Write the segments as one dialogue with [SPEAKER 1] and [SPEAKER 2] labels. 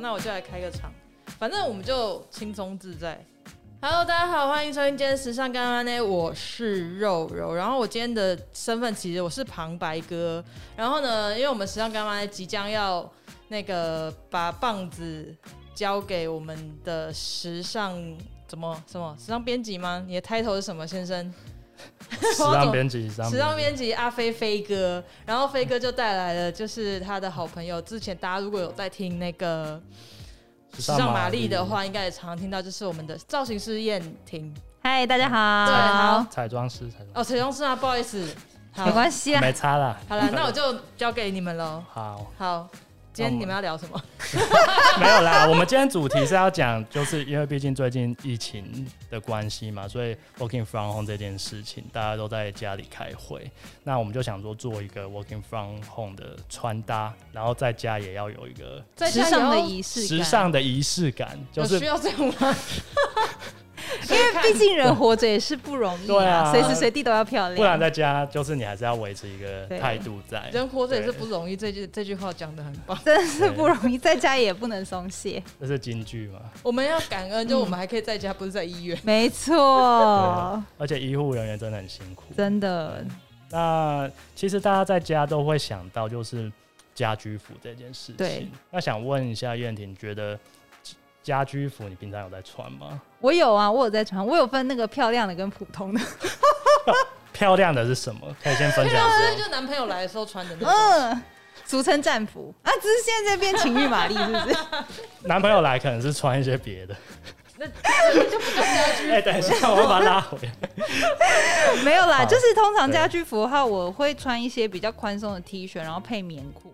[SPEAKER 1] 那我就来开个场，反正我们就轻松自在。Hello，大家好，欢迎收听今天的时尚干妈呢，我是肉肉。然后我今天的身份其实我是旁白哥。然后呢，因为我们时尚干妈呢即将要那个把棒子交给我们的时尚怎么什么时尚编辑吗？你的 title 是什么，先生？
[SPEAKER 2] 时尚编辑，时
[SPEAKER 1] 时尚
[SPEAKER 2] 辑
[SPEAKER 1] 编辑阿飞飞哥，然后飞哥就带来了，就是他的好朋友。之前大家如果有在听那个
[SPEAKER 2] 时
[SPEAKER 1] 时尚玛丽的，话，应该也常听到，就是我们的造型师燕婷，
[SPEAKER 3] 嗨，大家
[SPEAKER 2] 嗯
[SPEAKER 3] 好。
[SPEAKER 1] 对好，
[SPEAKER 2] 彩妆师，彩妆
[SPEAKER 1] 哦，陈荣师啊，不好意思，好
[SPEAKER 3] 没，关系
[SPEAKER 2] 师
[SPEAKER 3] 啊啦。
[SPEAKER 2] 没差啦。
[SPEAKER 1] 好了，那我就交给你们喽。
[SPEAKER 2] 好，
[SPEAKER 1] 好，今天你们要聊什么？
[SPEAKER 2] 没有啦。我们今天主题是要讲，就是因为毕竟最近疫情的关系嘛，所以 working from home 这件事情，大家都在家里开会。那我们就想说，做一个 working from home 的穿搭，然后在家也要有一个
[SPEAKER 1] 在
[SPEAKER 3] 时
[SPEAKER 1] 家
[SPEAKER 3] 尚的
[SPEAKER 1] 也要
[SPEAKER 3] 仪式感，
[SPEAKER 2] 哦时尚的仪式感，就
[SPEAKER 1] 有需
[SPEAKER 2] 是
[SPEAKER 1] 要这样吗？
[SPEAKER 3] 因 为毕竟人活着也是不容易
[SPEAKER 2] 对啊
[SPEAKER 3] 随时随地都要漂亮。
[SPEAKER 2] 不然在家就是你还是要维持一个
[SPEAKER 3] 对
[SPEAKER 2] 态度在。
[SPEAKER 1] 人活着也是不容易，这句这句话讲的很棒。
[SPEAKER 3] 真的是不容易，在家也不能松懈。
[SPEAKER 2] 这是京剧嘛？
[SPEAKER 1] 我们要感恩，就我们还可以在家，不是在医院。
[SPEAKER 3] 没
[SPEAKER 1] 哦
[SPEAKER 3] 错，
[SPEAKER 2] 啊而且医护人员真的很辛苦。
[SPEAKER 3] 真的
[SPEAKER 2] 那其实大家在家都会想到就是家居服这件事
[SPEAKER 3] 对
[SPEAKER 2] 情。那想问一下燕婷，你觉得家居服你平常有在穿吗？
[SPEAKER 3] 我有啊，我有在穿，我有分那个漂亮的跟普通的。
[SPEAKER 2] 漂亮的是什么？可以先分享
[SPEAKER 1] 对，
[SPEAKER 2] 一下。
[SPEAKER 1] 就男朋友来的时候穿的那种。
[SPEAKER 3] 嗯， 俗称战服啊，只是现在变情欲玛丽是不是？
[SPEAKER 2] 男朋友来可能是穿一些别 的。
[SPEAKER 1] 那这个就不叫家居服
[SPEAKER 2] 哎、
[SPEAKER 1] 了。
[SPEAKER 2] 等一下，我要把它拉回来。
[SPEAKER 3] 没有啦，
[SPEAKER 2] 好
[SPEAKER 3] 就是通常家居服的话，我会穿一些比较宽松的 T 恤，然后配棉裤，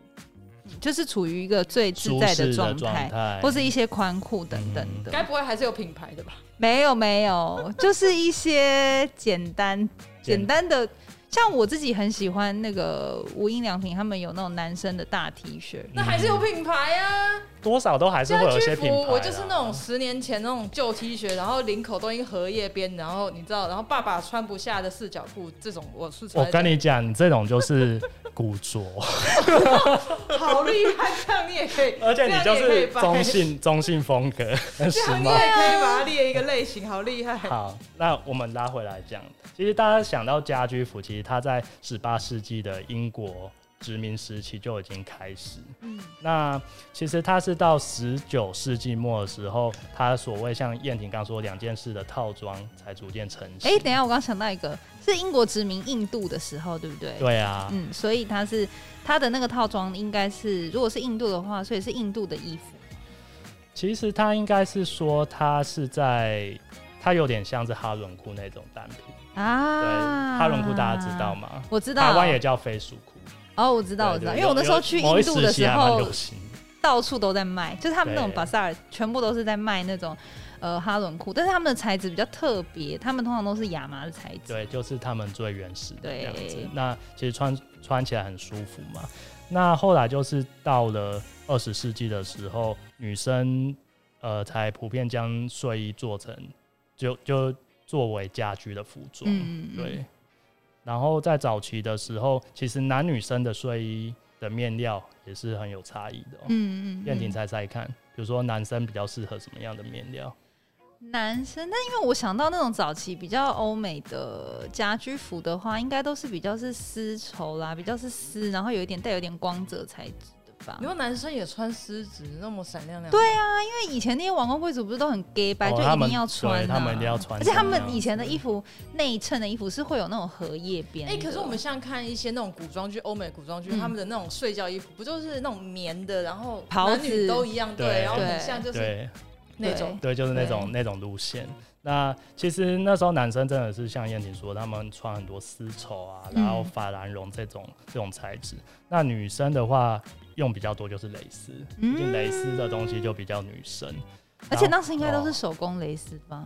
[SPEAKER 3] 就是处于一个最 自
[SPEAKER 2] 舒
[SPEAKER 3] 在
[SPEAKER 2] 适
[SPEAKER 3] 状
[SPEAKER 2] 的状
[SPEAKER 3] 态，
[SPEAKER 2] 态，
[SPEAKER 3] 或是一些宽裤等等
[SPEAKER 2] 嗯
[SPEAKER 3] 的。
[SPEAKER 1] 该不会还是有品牌的吧？
[SPEAKER 3] 没有没有， 就是一些简单简单的，像我自己很喜欢那个无印良品，他们有那种男生的大 T 恤，
[SPEAKER 1] 那还是有品牌啊！
[SPEAKER 2] 多少都还是
[SPEAKER 1] 家
[SPEAKER 2] 会有一
[SPEAKER 1] 居
[SPEAKER 2] 些
[SPEAKER 1] 服
[SPEAKER 2] 品牌啊啦。
[SPEAKER 1] 我就是那种十年前那种旧 T 恤，然后领口都已经荷叶边，然后你知道，然后爸爸穿不下的四角裤，这种我是
[SPEAKER 2] 我
[SPEAKER 1] 穿。
[SPEAKER 2] 跟你讲，你这种就是古 着，
[SPEAKER 1] 好厉害，这样你也 可以，
[SPEAKER 2] 而且你就
[SPEAKER 1] 这样也
[SPEAKER 2] 是
[SPEAKER 1] 可以把
[SPEAKER 2] 中性中性风格，很时
[SPEAKER 1] 这样你
[SPEAKER 2] 髦
[SPEAKER 1] 也。可以把它列一个类型，好厉 害！
[SPEAKER 2] 好，那我们拉回来讲，其实大家想到家居服，其实它在十八世纪的英国殖民时期就已经开始。
[SPEAKER 3] 嗯，
[SPEAKER 2] 那其实它是到十九世纪末的时候，它所谓像燕婷刚说两件事的套装才逐渐成型。
[SPEAKER 3] 哎、等一下，我刚想到一个，是英国殖民印度的时候，对不对？
[SPEAKER 2] 对啊，
[SPEAKER 3] 嗯，所以它是它的那个套装应该是，如果是印度的话，所以是印度的衣服。
[SPEAKER 2] 其实它应该是说它是在。它有点像是哈伦裤那种单品，对，
[SPEAKER 3] 啊，
[SPEAKER 2] 哈伦裤大家知道？吗？
[SPEAKER 3] 我知道，
[SPEAKER 2] 台湾也叫飞鼠裤，
[SPEAKER 3] 哦，我知道，我知道，因
[SPEAKER 2] 对对
[SPEAKER 3] 为我那时候去
[SPEAKER 2] 有某一
[SPEAKER 3] 印度的
[SPEAKER 2] 时期
[SPEAKER 3] 时
[SPEAKER 2] 还蛮
[SPEAKER 3] 候
[SPEAKER 2] 流，行的
[SPEAKER 3] 到处都在卖，就是他们那种
[SPEAKER 2] 对
[SPEAKER 3] 巴萨尔全部都是在卖那种呃哈伦裤，但是他们的材质比较特别，他们通常都是亚麻的材质。
[SPEAKER 2] 对，就是他们最原始的
[SPEAKER 3] 对
[SPEAKER 2] 样子。那其实穿穿起来很舒服嘛。那后来就是到了二十世纪的时候，女生呃才普遍将睡衣做成，就就作为家居的服装。
[SPEAKER 3] 嗯，嗯，
[SPEAKER 2] 对。然后在早期的时候，其实男女生的睡衣的面料也是很有差异的、哦。
[SPEAKER 3] 嗯嗯嗯
[SPEAKER 2] 燕婷
[SPEAKER 3] 嗯。
[SPEAKER 2] 猜猜看，比如说男生比较适合什么样的面料？
[SPEAKER 3] 男生，但因为我想到那种早期比较欧美的家居服的话，应该都是比较是丝绸啦，比较是丝，然后有一点带有点光泽材质的吧。
[SPEAKER 1] 你说男生也穿丝质那么闪亮亮？
[SPEAKER 3] 对啊，因为以前那些王公贵族不是都很 gay 白、
[SPEAKER 2] 哦
[SPEAKER 3] 就
[SPEAKER 2] 他
[SPEAKER 3] 一
[SPEAKER 2] 们
[SPEAKER 3] 定要穿、啊，
[SPEAKER 2] 对他们一定要穿
[SPEAKER 3] 而且他
[SPEAKER 2] 这
[SPEAKER 3] 们
[SPEAKER 2] 样
[SPEAKER 3] 以前的
[SPEAKER 2] 子
[SPEAKER 3] 衣服内衬的衣服是会有那种荷叶边
[SPEAKER 1] 哎、
[SPEAKER 3] 的。
[SPEAKER 1] 可是我们像看一些那种古装剧、欧美古装剧，
[SPEAKER 3] 嗯
[SPEAKER 1] 他们的那种睡觉衣服，不就是那种棉的，然后
[SPEAKER 3] 袍
[SPEAKER 1] 男女
[SPEAKER 3] 子
[SPEAKER 1] 都一样，对，
[SPEAKER 2] 对
[SPEAKER 1] 然后很
[SPEAKER 3] 对
[SPEAKER 1] 像就是
[SPEAKER 2] 对，
[SPEAKER 1] 那种，
[SPEAKER 2] 对，就是那
[SPEAKER 3] 对
[SPEAKER 2] 种那种路线。那其实那时候男生真的是像燕婷说，他们穿很多丝绸啊，然后
[SPEAKER 3] 嗯
[SPEAKER 2] 法兰绒这种、这种材质。那女生的话用比较多就是蕾丝，毕竟蕾丝的东西就比较女生。
[SPEAKER 3] 而且当时应该都是
[SPEAKER 2] 哦
[SPEAKER 3] 手工蕾丝吧？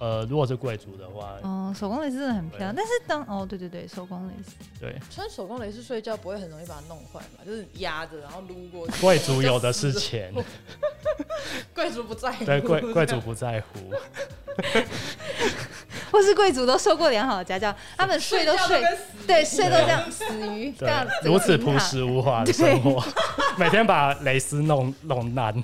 [SPEAKER 2] 呃，如果是贵族的话，
[SPEAKER 3] 哦，手工蕾丝真的很漂亮，
[SPEAKER 2] 对
[SPEAKER 3] 但是当哦，对对对，手工蕾丝，
[SPEAKER 2] 对
[SPEAKER 1] 穿手工蕾丝睡觉不会很容易把它弄坏嘛？就是压着，然后撸过去。
[SPEAKER 2] 贵族有的是
[SPEAKER 1] 就撕了，
[SPEAKER 2] 钱，
[SPEAKER 1] 贵族不在乎。
[SPEAKER 2] 对贵贵族
[SPEAKER 1] 这样
[SPEAKER 2] 不在乎。
[SPEAKER 3] 或是贵族都受过良好的家教，他们睡
[SPEAKER 1] 睡
[SPEAKER 3] 都
[SPEAKER 1] 觉
[SPEAKER 3] 睡，
[SPEAKER 1] 跟死
[SPEAKER 3] 对，睡都这样 死鱼，这
[SPEAKER 2] 对
[SPEAKER 3] 样，
[SPEAKER 2] 如此
[SPEAKER 3] 平
[SPEAKER 2] 朴
[SPEAKER 3] 躺。
[SPEAKER 2] 实无华的生活，每天把蕾丝弄弄烂。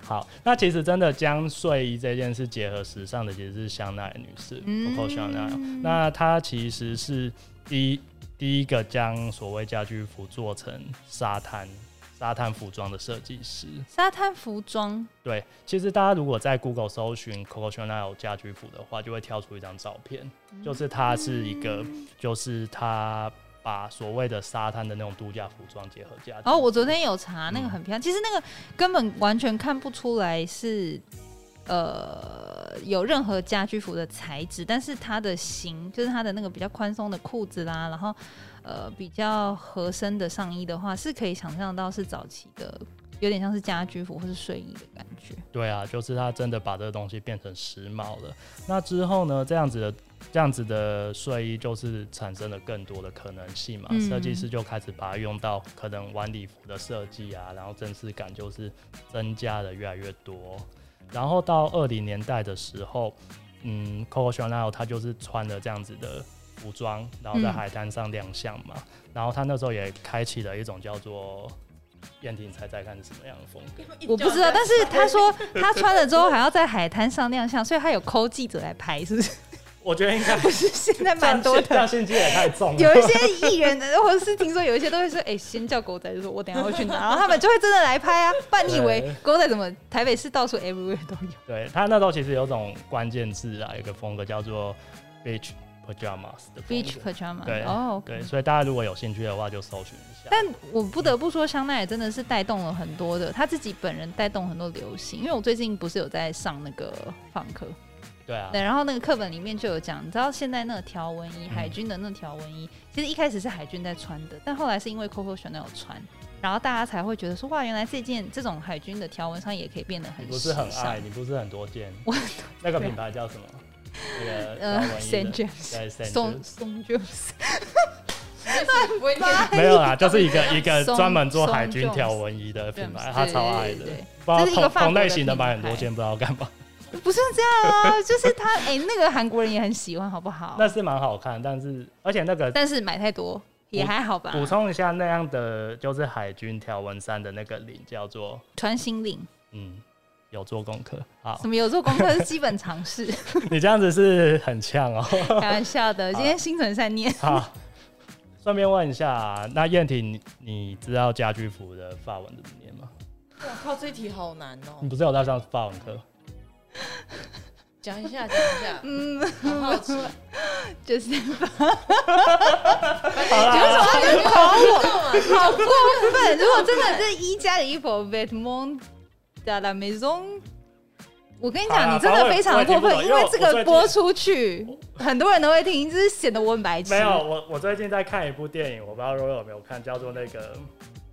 [SPEAKER 2] 好，那其实真的将睡衣这件事结合时尚的，其实是香奈儿女士 Coco Chanel。那她其实是第一第一个将所谓家居服做成沙滩沙滩服装的设计师。
[SPEAKER 3] 沙滩服装，
[SPEAKER 2] 对，其实大家如果在 Google 搜寻 Coco Chanel 家居服的话，就会跳出一张照片，就是它是一个，就是它把所谓的沙滩的那种度假服装结合家居。
[SPEAKER 3] 然后哦我昨天有查，那个
[SPEAKER 2] 嗯
[SPEAKER 3] 很漂亮。其实那个根本完全看不出来是呃有任何家居服的材质，但是它的型就是它的那个比较宽松的裤子啦，然后呃比较合身的上衣的话，是可以想象到是早期的，有点像是家居服或是睡衣的感觉。
[SPEAKER 2] 对啊，就是他真的把这个东西变成时髦了。那之后呢，这样子的这样子的睡衣就是产生了更多的可能性嘛。
[SPEAKER 3] 嗯
[SPEAKER 2] 设计师就开始把它用到可能晚礼服的设计啊，然后正式感就是增加的越来越多。然后到二零年代的时候，嗯，Coco Chanel 他就是穿了这样子的服装，然后在
[SPEAKER 3] 嗯
[SPEAKER 2] 海滩上亮相嘛。然后他那时候也开启了一种叫做燕婷，你猜猜看是什么样的风格？
[SPEAKER 1] 嗯
[SPEAKER 3] 我不知道，但是他说他穿了之后还要在海滩上亮相，所以他有抠记者来拍，是不 是？
[SPEAKER 2] 我觉得应该
[SPEAKER 3] 不是，现在蛮多
[SPEAKER 2] 这样
[SPEAKER 3] 的。
[SPEAKER 2] 心机也太重了。
[SPEAKER 3] 有一些艺人，或者是听说有一些都会说，哎、先叫狗仔，就说我等一下会去 拿，然后他们就会真的来拍啊。不然你以为
[SPEAKER 2] 对
[SPEAKER 3] 狗仔怎么台北市到处 everywhere 都有？
[SPEAKER 2] 对他那时候其实有种关键字啊，有个风格叫做 beach pajamas 的风格
[SPEAKER 3] beach pajama
[SPEAKER 2] 对
[SPEAKER 3] 哦，
[SPEAKER 2] 对，所以大家如果有兴趣的话，就搜寻一下。
[SPEAKER 3] 但我不得不说，香奈儿真的是带动了很多的，他自己本人带动很多流行。因为我最近不是有在上那个访课，
[SPEAKER 2] 对啊，
[SPEAKER 3] 对，然后那个课本里面就有讲，你知道现在那个条纹衣，
[SPEAKER 2] 嗯
[SPEAKER 3] 海军的那条纹衣，其实一开始是海军在穿的，但后来是因为 Coco Chanel 穿，然后大家才会觉得说，哇，原来这件这种海军的条纹上也可以变得
[SPEAKER 2] 你
[SPEAKER 3] 很
[SPEAKER 2] 不是很
[SPEAKER 3] 时尚
[SPEAKER 2] 爱，你不是很多见。
[SPEAKER 3] 我
[SPEAKER 2] 那个品牌叫什么？那个
[SPEAKER 3] 呃
[SPEAKER 2] 条纹衣的
[SPEAKER 3] ，Saint James
[SPEAKER 2] 对 Saint
[SPEAKER 3] 松
[SPEAKER 2] James
[SPEAKER 3] 松 Jones，
[SPEAKER 1] 不会念
[SPEAKER 2] 没有啦，就是一个一个
[SPEAKER 3] 松
[SPEAKER 2] 专门做海军
[SPEAKER 3] Jones
[SPEAKER 2] 条纹衣的品牌，他
[SPEAKER 3] 对
[SPEAKER 2] 超爱
[SPEAKER 3] 对
[SPEAKER 2] 的
[SPEAKER 3] 对对。
[SPEAKER 2] 不知
[SPEAKER 3] 这是一个
[SPEAKER 2] 道同
[SPEAKER 3] 法国
[SPEAKER 2] 同类
[SPEAKER 3] 的
[SPEAKER 2] 型的
[SPEAKER 3] 品
[SPEAKER 2] 买很多
[SPEAKER 3] 牌
[SPEAKER 2] 件，不知道干嘛。
[SPEAKER 3] 不是这样啊，就是他哎、那个韩国人也很喜欢，好不好？
[SPEAKER 2] 那是蛮好看，但是而且那个
[SPEAKER 3] 但是买太多也还好吧，
[SPEAKER 2] 补充一下，那样的就是海军条纹衫的那个领叫做
[SPEAKER 3] 穿心领，
[SPEAKER 2] 嗯，有做功课。好
[SPEAKER 3] 什，么有做功课是基本常识，
[SPEAKER 2] 你这样子是很呛哦、
[SPEAKER 3] 开玩笑的，
[SPEAKER 2] 啊
[SPEAKER 3] 今天心存善念。
[SPEAKER 2] 好，顺便问一下啊，那燕婷，你你知道家居服的法文怎么念吗？
[SPEAKER 1] 我靠，这一题好难哦
[SPEAKER 2] 你！不是有在上法文课？
[SPEAKER 1] 讲一下，讲一 下，
[SPEAKER 3] 嗯，
[SPEAKER 1] 很好奇。
[SPEAKER 3] 就是
[SPEAKER 2] 好啦，
[SPEAKER 3] 好过分！ 如果真的是一家的衣服 v e t m o n de la maison，我跟你
[SPEAKER 2] 好
[SPEAKER 3] 讲，
[SPEAKER 2] 啦
[SPEAKER 3] 你真的非常过
[SPEAKER 2] 我也我也听不懂
[SPEAKER 3] 分，因为这
[SPEAKER 2] 因为我
[SPEAKER 3] 个播出去，很多人都会听，就是显得我很白痴。
[SPEAKER 2] 没有，我我最近在看一部电影，我不知道若若有没有看，叫做那个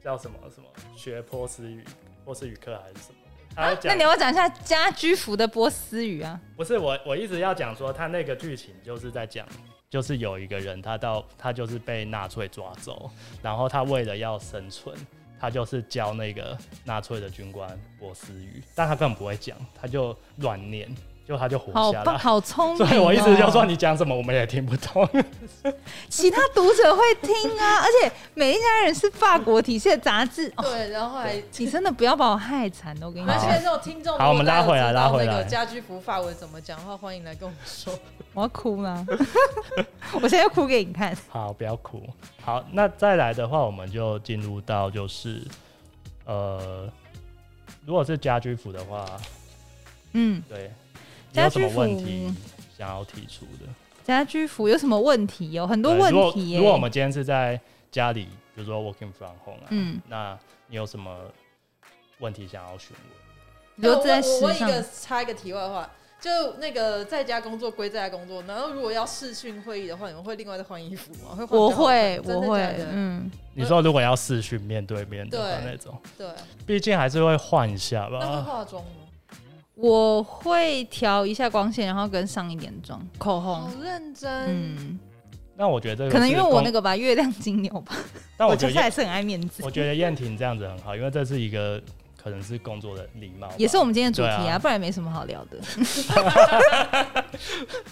[SPEAKER 2] 叫什么什么学波斯语，波斯语课还是什么？他
[SPEAKER 3] 那
[SPEAKER 2] 讲
[SPEAKER 3] 你要不要讲一下家居服的波斯语啊？
[SPEAKER 2] 不是我，我一直要讲说，他那个剧情就是在讲，就是有一个人，他到他就是被纳粹抓走，然后他为了要生存，他就是教那个纳粹的军官波斯语，但他根本不会讲，他就乱念，就他就活
[SPEAKER 3] 好
[SPEAKER 2] 下
[SPEAKER 3] 棒，
[SPEAKER 2] 来。
[SPEAKER 3] 好聪明、
[SPEAKER 2] 所
[SPEAKER 3] 哦！
[SPEAKER 2] 以我一直就说，你讲什么我们也听不懂。
[SPEAKER 3] 其他读者会听啊，而且每一家人是法国体系的杂志。哦
[SPEAKER 1] 对，然后还。
[SPEAKER 3] 你真的不要把我害惨了，我跟你
[SPEAKER 1] 而
[SPEAKER 3] 讲
[SPEAKER 2] 好，
[SPEAKER 1] 且那种听众，
[SPEAKER 2] 好我们拉回来拉回来
[SPEAKER 1] 那个家居服法文怎么讲的话，欢迎来跟我们 说。
[SPEAKER 3] 我要 哭了，我现在要哭给你看。
[SPEAKER 2] 好，不要哭。好，那再来的话，我们就进入到就是，呃，如果是家居服的话，
[SPEAKER 3] 嗯，
[SPEAKER 2] 对，你
[SPEAKER 3] 家
[SPEAKER 2] 有什
[SPEAKER 3] 居
[SPEAKER 2] 么
[SPEAKER 3] 服
[SPEAKER 2] 问题想要提出的？
[SPEAKER 3] 家居服有什么问题？有很多
[SPEAKER 2] 对
[SPEAKER 3] 问
[SPEAKER 2] 如果
[SPEAKER 3] 题耶、
[SPEAKER 2] 如果我们今天是在家里，比如说 working from home 啊，
[SPEAKER 1] 哎
[SPEAKER 3] 嗯，
[SPEAKER 2] 那你有什么问题想要询
[SPEAKER 3] 呃
[SPEAKER 2] 问？
[SPEAKER 3] 你说在
[SPEAKER 1] 那我
[SPEAKER 3] 时
[SPEAKER 1] 我问一
[SPEAKER 3] 尚
[SPEAKER 1] 个插一个题外话，就那个在家工作归在家工作，然后如果要视讯会议的话，你们会另外再换衣服吗？会换比较
[SPEAKER 3] 我
[SPEAKER 1] 好看
[SPEAKER 3] 会
[SPEAKER 1] 吗，
[SPEAKER 3] 我
[SPEAKER 1] 真的
[SPEAKER 3] 会
[SPEAKER 1] 假的，
[SPEAKER 3] 嗯，
[SPEAKER 2] 你说如果要视讯面对面的话
[SPEAKER 1] 对
[SPEAKER 2] 那种，
[SPEAKER 1] 对，
[SPEAKER 2] 毕竟还是会换一下
[SPEAKER 1] 那会
[SPEAKER 2] 吧。
[SPEAKER 1] 化妆吗？
[SPEAKER 3] 我会调一下光线，然后跟上一点妆、口
[SPEAKER 1] 好
[SPEAKER 3] 红。
[SPEAKER 1] 认真，
[SPEAKER 3] 嗯，
[SPEAKER 2] 那我觉得这个
[SPEAKER 3] 可能
[SPEAKER 2] 是
[SPEAKER 3] 因为我
[SPEAKER 2] 公
[SPEAKER 3] 那，个吧，月亮金牛吧，
[SPEAKER 2] 但我
[SPEAKER 3] 就
[SPEAKER 2] 觉
[SPEAKER 3] 是
[SPEAKER 2] 得
[SPEAKER 3] 还
[SPEAKER 2] 燕
[SPEAKER 3] 是很爱面子
[SPEAKER 2] 我。觉得燕婷这样子很好，因为这是一个可能是工作的礼貌吧，
[SPEAKER 3] 也是我们今天的主题
[SPEAKER 2] 对
[SPEAKER 3] 啊，
[SPEAKER 2] 啊
[SPEAKER 3] 不然没什么好聊的。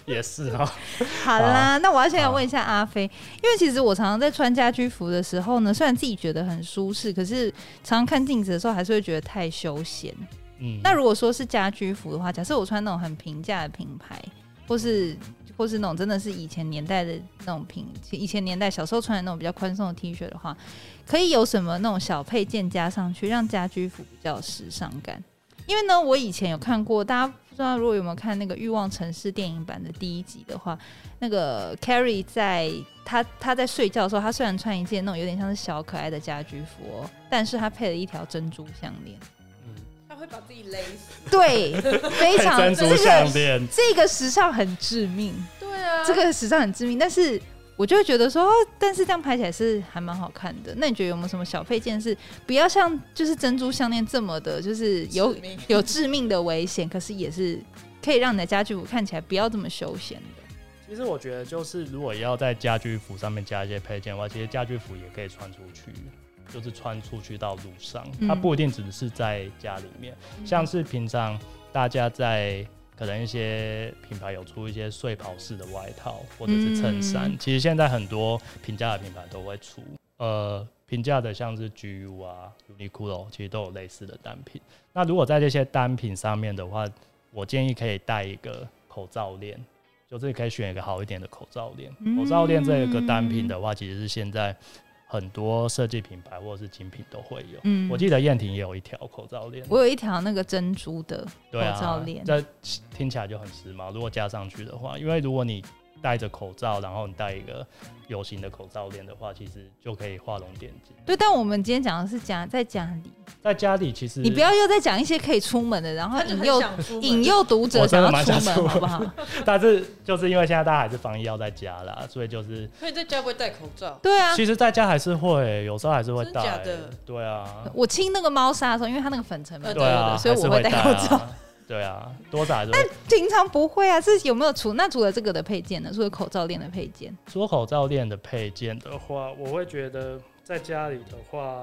[SPEAKER 2] 也是啊哈。
[SPEAKER 3] 好啦，那我要先来问一下阿飞，因为其实我常常在穿家居服的时候呢，虽然自己觉得很舒适，可是常常看镜子的时候还是会觉得太休闲。
[SPEAKER 2] 嗯，
[SPEAKER 3] 那如果说是家居服的话，假设我穿那种很平价的品牌，或是或是那种真的是以前年代的那种品，以前年代小时候穿的那种比较宽松的 T 恤的话，可以有什么那种小配件加上去，让家居服比较有时尚感？因为呢，我以前有看过，大家不知道如果有没有看那个《欲望城市》电影版的第一集的话，那个 Carrie 在她她在睡觉的时候，她虽然穿一件那种有点像是小可爱的家居服、哦，但是她配了一条珍珠项链。
[SPEAKER 1] 他会把自己勒死。
[SPEAKER 3] 对， 非常
[SPEAKER 2] 珍
[SPEAKER 3] 这
[SPEAKER 2] 珠
[SPEAKER 3] 个
[SPEAKER 2] 项链，
[SPEAKER 3] 这个时尚很致命，
[SPEAKER 1] 对啊，
[SPEAKER 3] 这个时尚很致命，但是。我就会觉得说，哦但是这样拍起来是还蛮好看的。那你觉得有没有什么小配件是不要像就是珍珠项链这么的，就是 有
[SPEAKER 1] 致命
[SPEAKER 3] 有致命的危险，可是也是可以让你的家居服看起来不要这么休闲的。
[SPEAKER 2] 其实我觉得就是如果要在家居服上面加一些配件的话，其实家居服也可以穿出去。就是穿出去到路上，
[SPEAKER 3] 嗯
[SPEAKER 2] 它不一定只是在家里面，像是平常大家在可能一些品牌有出一些睡袍式的外套或者是衬衫，
[SPEAKER 3] 嗯
[SPEAKER 2] 其实现在很多平价的品牌都会出，呃，平价的像是 GU 啊、Uniqlo 其实都有类似的单品。那如果在这些单品上面的话，我建议可以戴一个口罩链。就是可以选一个好一点的口罩链。
[SPEAKER 3] 嗯
[SPEAKER 2] 口罩链这个单品的话，其实是现在很多设计品牌或者是精品都会有。
[SPEAKER 3] 嗯
[SPEAKER 2] 我记得燕婷也有一条口罩链，
[SPEAKER 3] 我有一条那个珍珠的，
[SPEAKER 2] 对啊，
[SPEAKER 3] 口罩链
[SPEAKER 2] 这听起来就很时髦。如果加上去的话，因为如果你戴着口罩，然后你戴一个有型的口罩链的话，其实就可以画龙点睛。
[SPEAKER 3] 对。但我们今天讲的是家在家里，
[SPEAKER 2] 在家里其实
[SPEAKER 3] 你不要又再讲一些可以出门的，然后
[SPEAKER 1] 他就
[SPEAKER 3] 引
[SPEAKER 1] 很
[SPEAKER 3] 诱
[SPEAKER 1] 想出门
[SPEAKER 3] 引诱读者
[SPEAKER 2] 我真
[SPEAKER 3] 想
[SPEAKER 2] 的
[SPEAKER 3] 要
[SPEAKER 2] 蛮
[SPEAKER 3] 出
[SPEAKER 2] 想出门
[SPEAKER 3] 门，好不好？
[SPEAKER 2] 但是就是因为现在大家还是防疫要在家啦，所以就是
[SPEAKER 1] 所以在家不会戴口罩。
[SPEAKER 3] 对 啊，
[SPEAKER 2] 其实在家还是会有时候还是会
[SPEAKER 1] 真
[SPEAKER 2] 戴，
[SPEAKER 1] 假的
[SPEAKER 2] 对啊，
[SPEAKER 3] 我亲那个猫砂的时候，因为它那个粉尘蛮多
[SPEAKER 2] 对
[SPEAKER 3] 的，
[SPEAKER 2] 啊，
[SPEAKER 3] 所以
[SPEAKER 2] 还是
[SPEAKER 3] 我会戴
[SPEAKER 2] 戴
[SPEAKER 3] 口罩。
[SPEAKER 2] 啊， 对啊，多少还是会
[SPEAKER 3] 平常不会啊，这有没有除那除了这个的配件呢？除了口罩链的配件，
[SPEAKER 2] 说口罩链的配件的话，我会觉得在家里的话，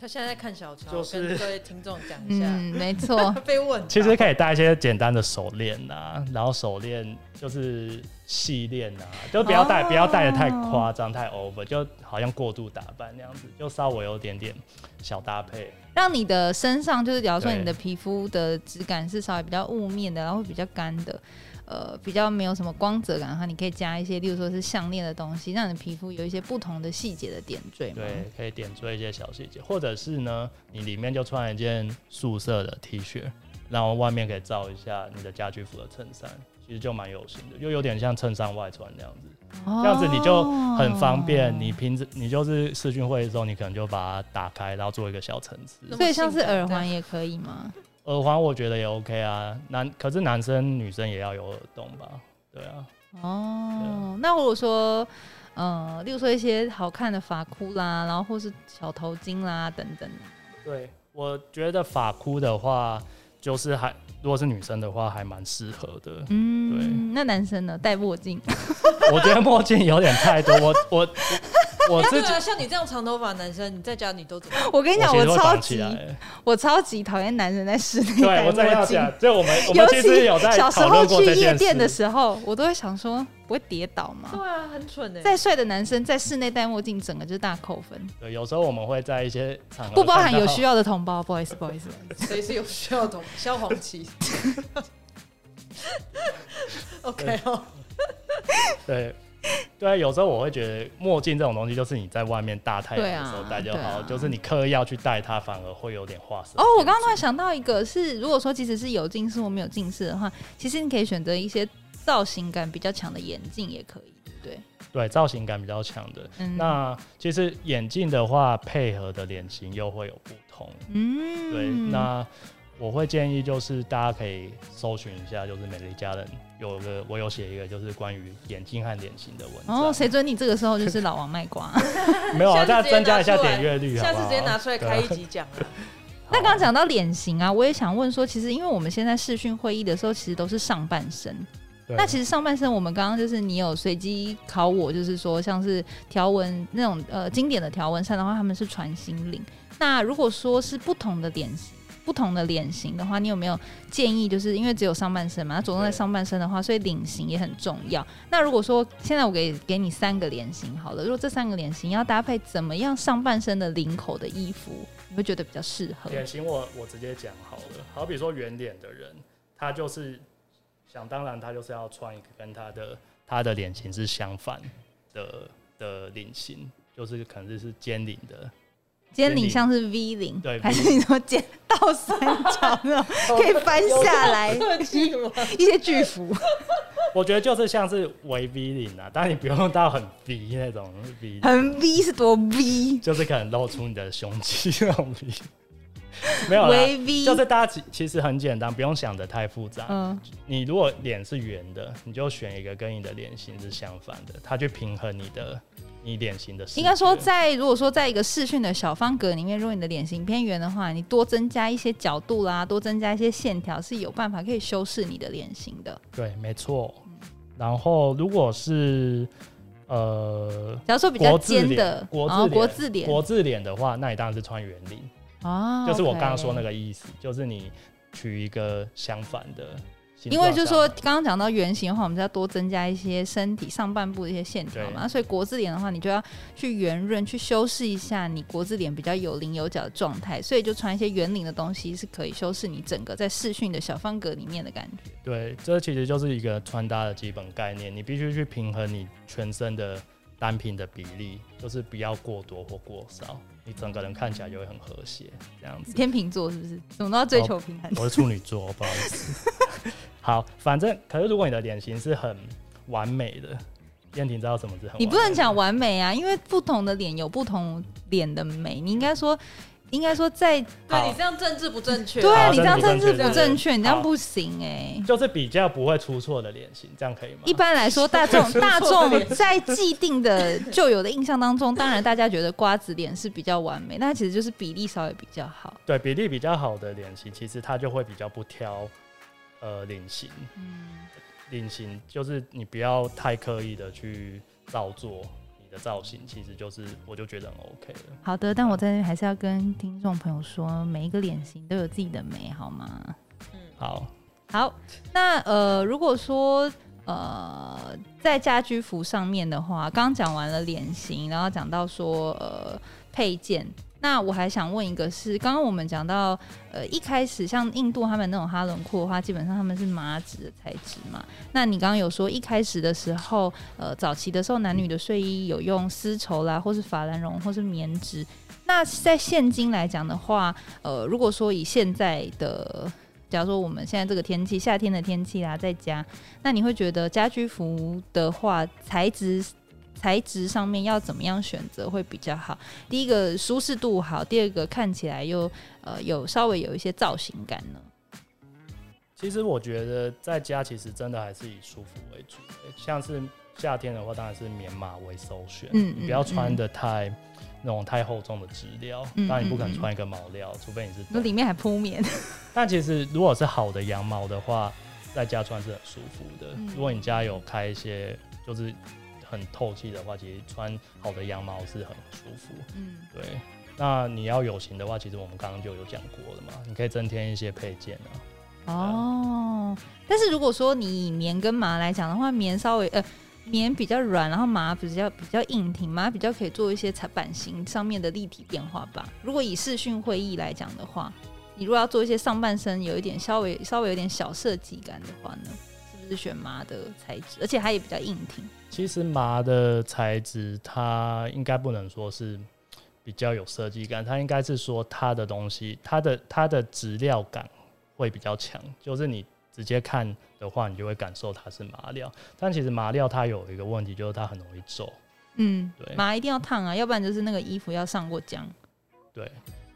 [SPEAKER 1] 他现在在看小乔，
[SPEAKER 2] 就是
[SPEAKER 1] 跟各位听众讲一下，
[SPEAKER 3] 嗯，没错，
[SPEAKER 1] 被问到。
[SPEAKER 2] 其实可以戴一些简单的手链 啊，然后手链就是细链啊，就不要戴，
[SPEAKER 3] 哦
[SPEAKER 2] 不要戴的太夸张，太 over，就好像过度打扮那样子，就稍微有点点小搭配。
[SPEAKER 3] 让你的身上就是，假如说
[SPEAKER 2] 对
[SPEAKER 3] 你的皮肤的质感是稍微比较雾面的，然后比较干的，呃，比较没有什么光泽感的话，你可以加一些，例如说是项链的东西，让你的皮肤有一些不同的细节的点缀嘛。
[SPEAKER 2] 对，可以点缀一些小细节，或者是呢，你里面就穿一件素色的 T 恤，然后外面可以罩一下你的家居服的衬衫，其实就蛮有型的，又有点像衬衫外穿那样子。
[SPEAKER 3] 哦，
[SPEAKER 2] 这样子你就很方便。你平时你就是视讯会的时候，你可能就把它打开，然后做一个小层次。
[SPEAKER 1] 那么
[SPEAKER 3] 哦所以像是
[SPEAKER 1] 性感
[SPEAKER 3] 耳环也可以吗？
[SPEAKER 2] 耳环我觉得也 OK 啊，男可是男生女生也要有耳洞吧？对啊，
[SPEAKER 3] 哦，那如果说，呃，例如说一些好看的发箍啦，然后或是小头巾啦等等，。
[SPEAKER 2] 对，我觉得发箍的话，就是还如果是女生的话，还蛮适合的
[SPEAKER 3] 嗯，那男生呢，戴墨镜，
[SPEAKER 2] 我觉得墨镜有点太多，我我我我
[SPEAKER 1] 对
[SPEAKER 2] 自己
[SPEAKER 1] 啊，像你这样长头发的男生，你在家你都怎么？
[SPEAKER 3] 我跟你讲，
[SPEAKER 2] 我其
[SPEAKER 3] 我
[SPEAKER 2] 实会
[SPEAKER 3] 超
[SPEAKER 2] 绑起
[SPEAKER 3] 级，
[SPEAKER 2] 来。
[SPEAKER 3] 我超级讨厌男人在室内
[SPEAKER 2] 对，我正
[SPEAKER 3] 戴墨
[SPEAKER 2] 要
[SPEAKER 3] 镜。
[SPEAKER 2] 讲，就我们我
[SPEAKER 3] 尤
[SPEAKER 2] 们其实
[SPEAKER 3] 其
[SPEAKER 2] 有在
[SPEAKER 3] 小时
[SPEAKER 2] 讨
[SPEAKER 3] 候
[SPEAKER 2] 论过
[SPEAKER 3] 去
[SPEAKER 2] 这
[SPEAKER 3] 夜
[SPEAKER 2] 件
[SPEAKER 3] 店的
[SPEAKER 2] 事。
[SPEAKER 3] 时候，我都会想说，不会跌倒吗？
[SPEAKER 1] 对啊，很蠢哎。
[SPEAKER 3] 再帅的男生在室内戴墨镜，整个就是大扣分，
[SPEAKER 2] 对，有时候我们会在一些场合
[SPEAKER 3] 不包含
[SPEAKER 2] 看到
[SPEAKER 3] 有需要的同胞。不好意思，不好意思。
[SPEAKER 1] 谁是有需要懂消防旗 ？OK 哦，
[SPEAKER 2] 对，对，有时候我会觉得墨镜这种东西，就是你在外面大太阳
[SPEAKER 3] 对啊
[SPEAKER 2] 的时候戴就
[SPEAKER 3] 对
[SPEAKER 2] 好，
[SPEAKER 3] 啊
[SPEAKER 2] 就是你刻意要去戴它，反而会有点化身。
[SPEAKER 3] 哦，我刚刚突然想到一个是，如果说即使是有近视或没有近视的话，其实你可以选择一些造型感比较强的眼镜也可以，对不对？
[SPEAKER 2] 对造型感比较强的。
[SPEAKER 3] 嗯
[SPEAKER 2] 那其实眼镜的话，配合的脸型又会有不同。
[SPEAKER 3] 嗯
[SPEAKER 2] 对，那我会建议就是大家可以搜寻一下，就是美丽佳人有个我有写一个就是关于眼镜和脸型的文章。
[SPEAKER 3] 哦，谁准你这个时候就是老王卖 瓜？
[SPEAKER 2] 没有啊？
[SPEAKER 1] 下
[SPEAKER 2] 大
[SPEAKER 1] 次直
[SPEAKER 2] 家
[SPEAKER 1] 接
[SPEAKER 2] 增加一下
[SPEAKER 1] 拿出来
[SPEAKER 2] 点阅率好不
[SPEAKER 1] 下
[SPEAKER 2] 好，
[SPEAKER 1] 次直接拿出来
[SPEAKER 2] 对
[SPEAKER 1] 开一集讲啊。
[SPEAKER 3] 那刚刚讲到脸型啊，我也想问说，其实因为我们现在视讯会议的时候，其实都是上半身。
[SPEAKER 2] 对
[SPEAKER 3] 那其实上半身，我们刚刚就是你有随机考我，就是说像是条纹那种呃经典的条纹衫的话，他们是穿心领。那如果说是不同的脸型，不同的脸型的话，你有没有建议？就是因为只有上半身嘛，它着重在
[SPEAKER 2] 对
[SPEAKER 3] 上半身的话，所以领型也很重要。那如果说现在我给给你三个脸型好了，如果这三个脸型要搭配怎么样上半身的领口的衣服，你会觉得比较适合？
[SPEAKER 2] 典型我我直接讲好了，好比说圆脸的人，他就是想当然，他就是要穿一个跟他的他的脸型是相反的的领型，就是可能就是尖领的，
[SPEAKER 3] 尖领像是 V 领，
[SPEAKER 2] 对
[SPEAKER 3] 还是你说尖倒三角 那种可以翻下
[SPEAKER 2] 啊
[SPEAKER 3] 来
[SPEAKER 1] 特技吗？
[SPEAKER 3] 一些 巨幅？
[SPEAKER 2] 我觉得就是像是微 V 领啊，但你不用到很 V 那种 V，
[SPEAKER 3] 很 V 是多 V？
[SPEAKER 2] 就是可能露出你的胸肌 那种 V，没有啦
[SPEAKER 3] 微，V
[SPEAKER 2] 就是大家其其实很简单，不用想的太复杂，
[SPEAKER 3] 嗯，
[SPEAKER 2] 你如果脸是圆的，你就选一个跟你的脸型是相反的，它去平衡你的你脸型的视觉。
[SPEAKER 3] 应该说在如果说在一个视讯的小方格里面，如果你的脸型偏圆的话，你多增加一些角度啦，多增加一些线条是有办法可以修饰你的脸型的。
[SPEAKER 2] 对，没错。然后如果是呃
[SPEAKER 3] 假如说比较
[SPEAKER 2] 国字
[SPEAKER 3] 尖
[SPEAKER 2] 脸
[SPEAKER 3] 的，
[SPEAKER 2] 国字
[SPEAKER 3] 然后
[SPEAKER 2] 脸
[SPEAKER 3] 国字脸
[SPEAKER 2] 国字脸的话，那你当然是穿圆领，
[SPEAKER 3] 哦，
[SPEAKER 2] 就是我刚刚说那
[SPEAKER 3] 个。
[SPEAKER 2] 个意思，就是你取一个相反的形状上。
[SPEAKER 3] 因为就是说，刚刚讲到圆形的话，我们就要多增加一些身体上半部的一些线条嘛。所以国字脸的话，你就要去圆润，去修饰一下你国字脸比较有棱有角的状态。所以就穿一些圆领的东西，是可以修饰你整个在视讯的小方格里面的感觉。
[SPEAKER 2] 对，这其实就是一个穿搭的基本概念，你必须去平衡你全身的单品的比例，就是不要过多或过少，你整个人看起来就会很和谐这样 子。
[SPEAKER 3] 天秤座是不是？什么都要追求平衡？
[SPEAKER 2] 我是处女座，不好意思。好，反正可是如果你的脸型是很完美的，燕婷知道什么是很完美的
[SPEAKER 3] 你不能讲完美啊，因为不同的脸有不同脸的美。你应该说，应该说在
[SPEAKER 1] 对你这样政治不正确。
[SPEAKER 3] 对啊，
[SPEAKER 2] 好
[SPEAKER 3] 你这样政
[SPEAKER 2] 政
[SPEAKER 3] 治
[SPEAKER 2] 治
[SPEAKER 3] 不
[SPEAKER 2] 不
[SPEAKER 3] 正
[SPEAKER 2] 正
[SPEAKER 3] 确，
[SPEAKER 2] 确
[SPEAKER 3] 你这样
[SPEAKER 2] 好
[SPEAKER 3] 不行哎、
[SPEAKER 2] 就是比较不会出错的脸型，这样可以吗？
[SPEAKER 3] 一般来 说，大众大众在既定的旧有的印象当中，当然大家觉得瓜子脸是比较完美，但其实就是比例稍微比较好。
[SPEAKER 2] 对比例比较好的脸型，其实它就会比较不挑呃脸型，
[SPEAKER 3] 嗯，
[SPEAKER 2] 领型，就是你不要太刻意的去造作你的造型，其实就是我就觉得很 OK 了。
[SPEAKER 3] 好的，但我在这边还是要跟听众朋友说，每一个脸型都有自己的美，好吗？
[SPEAKER 1] 嗯
[SPEAKER 2] 好，
[SPEAKER 3] 好，那呃，如果说呃在家居服上面的话，刚讲完了脸型，然后讲到说呃配件。那我还想问一个是，刚刚我们讲到，呃，一开始像印度他们那种哈伦裤的话，基本上他们是麻质的材质嘛。那你刚刚有说一开始的时候，呃，早期的时候男女的睡衣有用丝绸啦，或是法兰绒，或是棉质。那在现今来讲的话，呃，如果说以现在的假如说我们现在这个天气，夏天的天气啦，在家，那你会觉得家居服的话，材质材质上面要怎么样选择会比较好？第一个舒适度好，第二个看起来又呃有稍微有一些造型感呢。
[SPEAKER 2] 其实我觉得在家其实真的还是以舒服为主、欸像是夏天的话，当然是棉麻为首选，
[SPEAKER 3] 嗯
[SPEAKER 2] 你不要穿的太、那种太厚重的织料，
[SPEAKER 3] 嗯
[SPEAKER 2] 当然你不可
[SPEAKER 3] 嗯
[SPEAKER 2] 能
[SPEAKER 3] 嗯
[SPEAKER 2] 穿一个毛料，除非你是
[SPEAKER 3] 那
[SPEAKER 2] 冬
[SPEAKER 3] 里面还 铺棉，
[SPEAKER 2] 但其实如果是好的羊毛的话，在家穿是很舒服的。
[SPEAKER 3] 嗯
[SPEAKER 2] 如果你家有开一些就是很透气的话，其实穿好的羊毛是很舒服。
[SPEAKER 3] 嗯，
[SPEAKER 2] 对，那你要有型的话，其实我们刚刚就有讲过了嘛，你可以增添一些配件啊。
[SPEAKER 3] 哦。但是如果说你以棉跟麻来讲的话，棉稍微呃。棉比较软，然后麻比较比较硬挺，麻比较可以做一些裁版型上面的立体变化吧。如果以视讯会议来讲的话，你如果要做一些上半身有一点稍微稍微有点小设计感的话呢，是不是选麻的材质？而且它也比较硬挺。
[SPEAKER 2] 其实麻的材质，它应该不能说是比较有设计感，它应该是说它的东西，它的它的质料感会比较强。就是你直接看的话，你就会感受它是麻料。但其实麻料它有一个问题，就是它很容易皱。
[SPEAKER 3] 嗯，
[SPEAKER 2] 对
[SPEAKER 3] 麻一定要烫啊，要不然就是那个衣服要上过浆。
[SPEAKER 2] 对，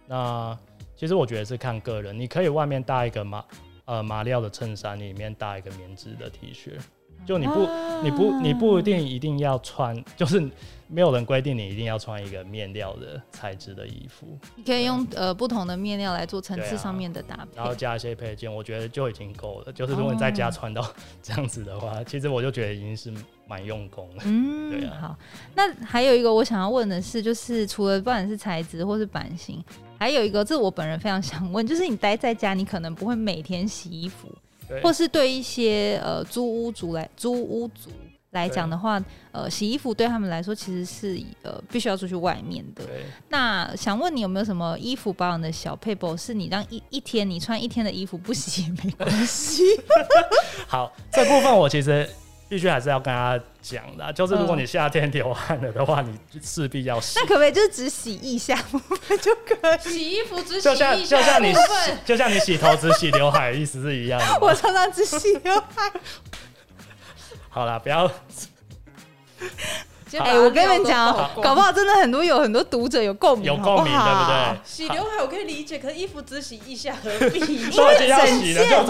[SPEAKER 2] 那其实我觉得是看个人，你可以外面搭一个麻呃麻料的衬衫，里面搭一个棉质的 T 恤，就你不
[SPEAKER 3] 啊
[SPEAKER 2] 你不你不一定一定要穿，就是没有人规定你一定要穿一个面料的材质的衣服，
[SPEAKER 3] 你可以用呃不同的面料来做层次
[SPEAKER 2] 啊对啊
[SPEAKER 3] 上面的搭配。
[SPEAKER 2] 然后加一些配件，我觉得就已经够了。就是如果你在
[SPEAKER 3] 哦
[SPEAKER 2] 家穿到 这样子的话，其实我就觉得已经是蛮用功了。
[SPEAKER 3] 嗯，
[SPEAKER 2] 对啊
[SPEAKER 3] 好，那还有一个我想要问的是，就是除了不管是材质或是版型，还还有一个，这我本人非常想问，就是你待在家，你可能不会每天洗衣服，
[SPEAKER 2] 对
[SPEAKER 3] 或是对一些呃租屋族来租屋族来讲的话，呃，洗衣服对他们来说其实是呃必须要出去外面的。
[SPEAKER 2] 对，
[SPEAKER 3] 那想问你有没有什么衣服保养的小配博，是你让一一天你穿一天的衣服不洗也没 关系？
[SPEAKER 2] 好，这部分我其实必须还是要跟大家讲的啊，就是如果
[SPEAKER 3] 嗯
[SPEAKER 2] 你夏天流汗了的话，你势必要洗
[SPEAKER 3] 那。可不可以就是只洗腋下 部分就
[SPEAKER 2] 啊
[SPEAKER 3] 可以？
[SPEAKER 1] 洗衣服只洗
[SPEAKER 2] 就像
[SPEAKER 1] 一
[SPEAKER 2] 就
[SPEAKER 1] 下
[SPEAKER 2] 像
[SPEAKER 1] 部
[SPEAKER 2] 你
[SPEAKER 1] 分，
[SPEAKER 2] 就像你洗头只洗刘海，意思是一样的。
[SPEAKER 3] 我常常只洗哦刘海。
[SPEAKER 2] 好啦，不要
[SPEAKER 1] 先把
[SPEAKER 3] 哎、我跟
[SPEAKER 1] 料
[SPEAKER 3] 你
[SPEAKER 1] 都
[SPEAKER 3] 们讲
[SPEAKER 1] 爆
[SPEAKER 3] 啊，
[SPEAKER 1] 光
[SPEAKER 3] 搞不好真的很多有很多读者有共
[SPEAKER 1] 嗯
[SPEAKER 3] 鸣，
[SPEAKER 2] 有共鸣，
[SPEAKER 3] 好不
[SPEAKER 2] 对不
[SPEAKER 3] 好
[SPEAKER 2] 对？？
[SPEAKER 1] 洗刘海我可以理解，可是衣服只洗一下何必？
[SPEAKER 2] 说已经要
[SPEAKER 3] 整
[SPEAKER 2] 洗
[SPEAKER 3] 件
[SPEAKER 2] 了，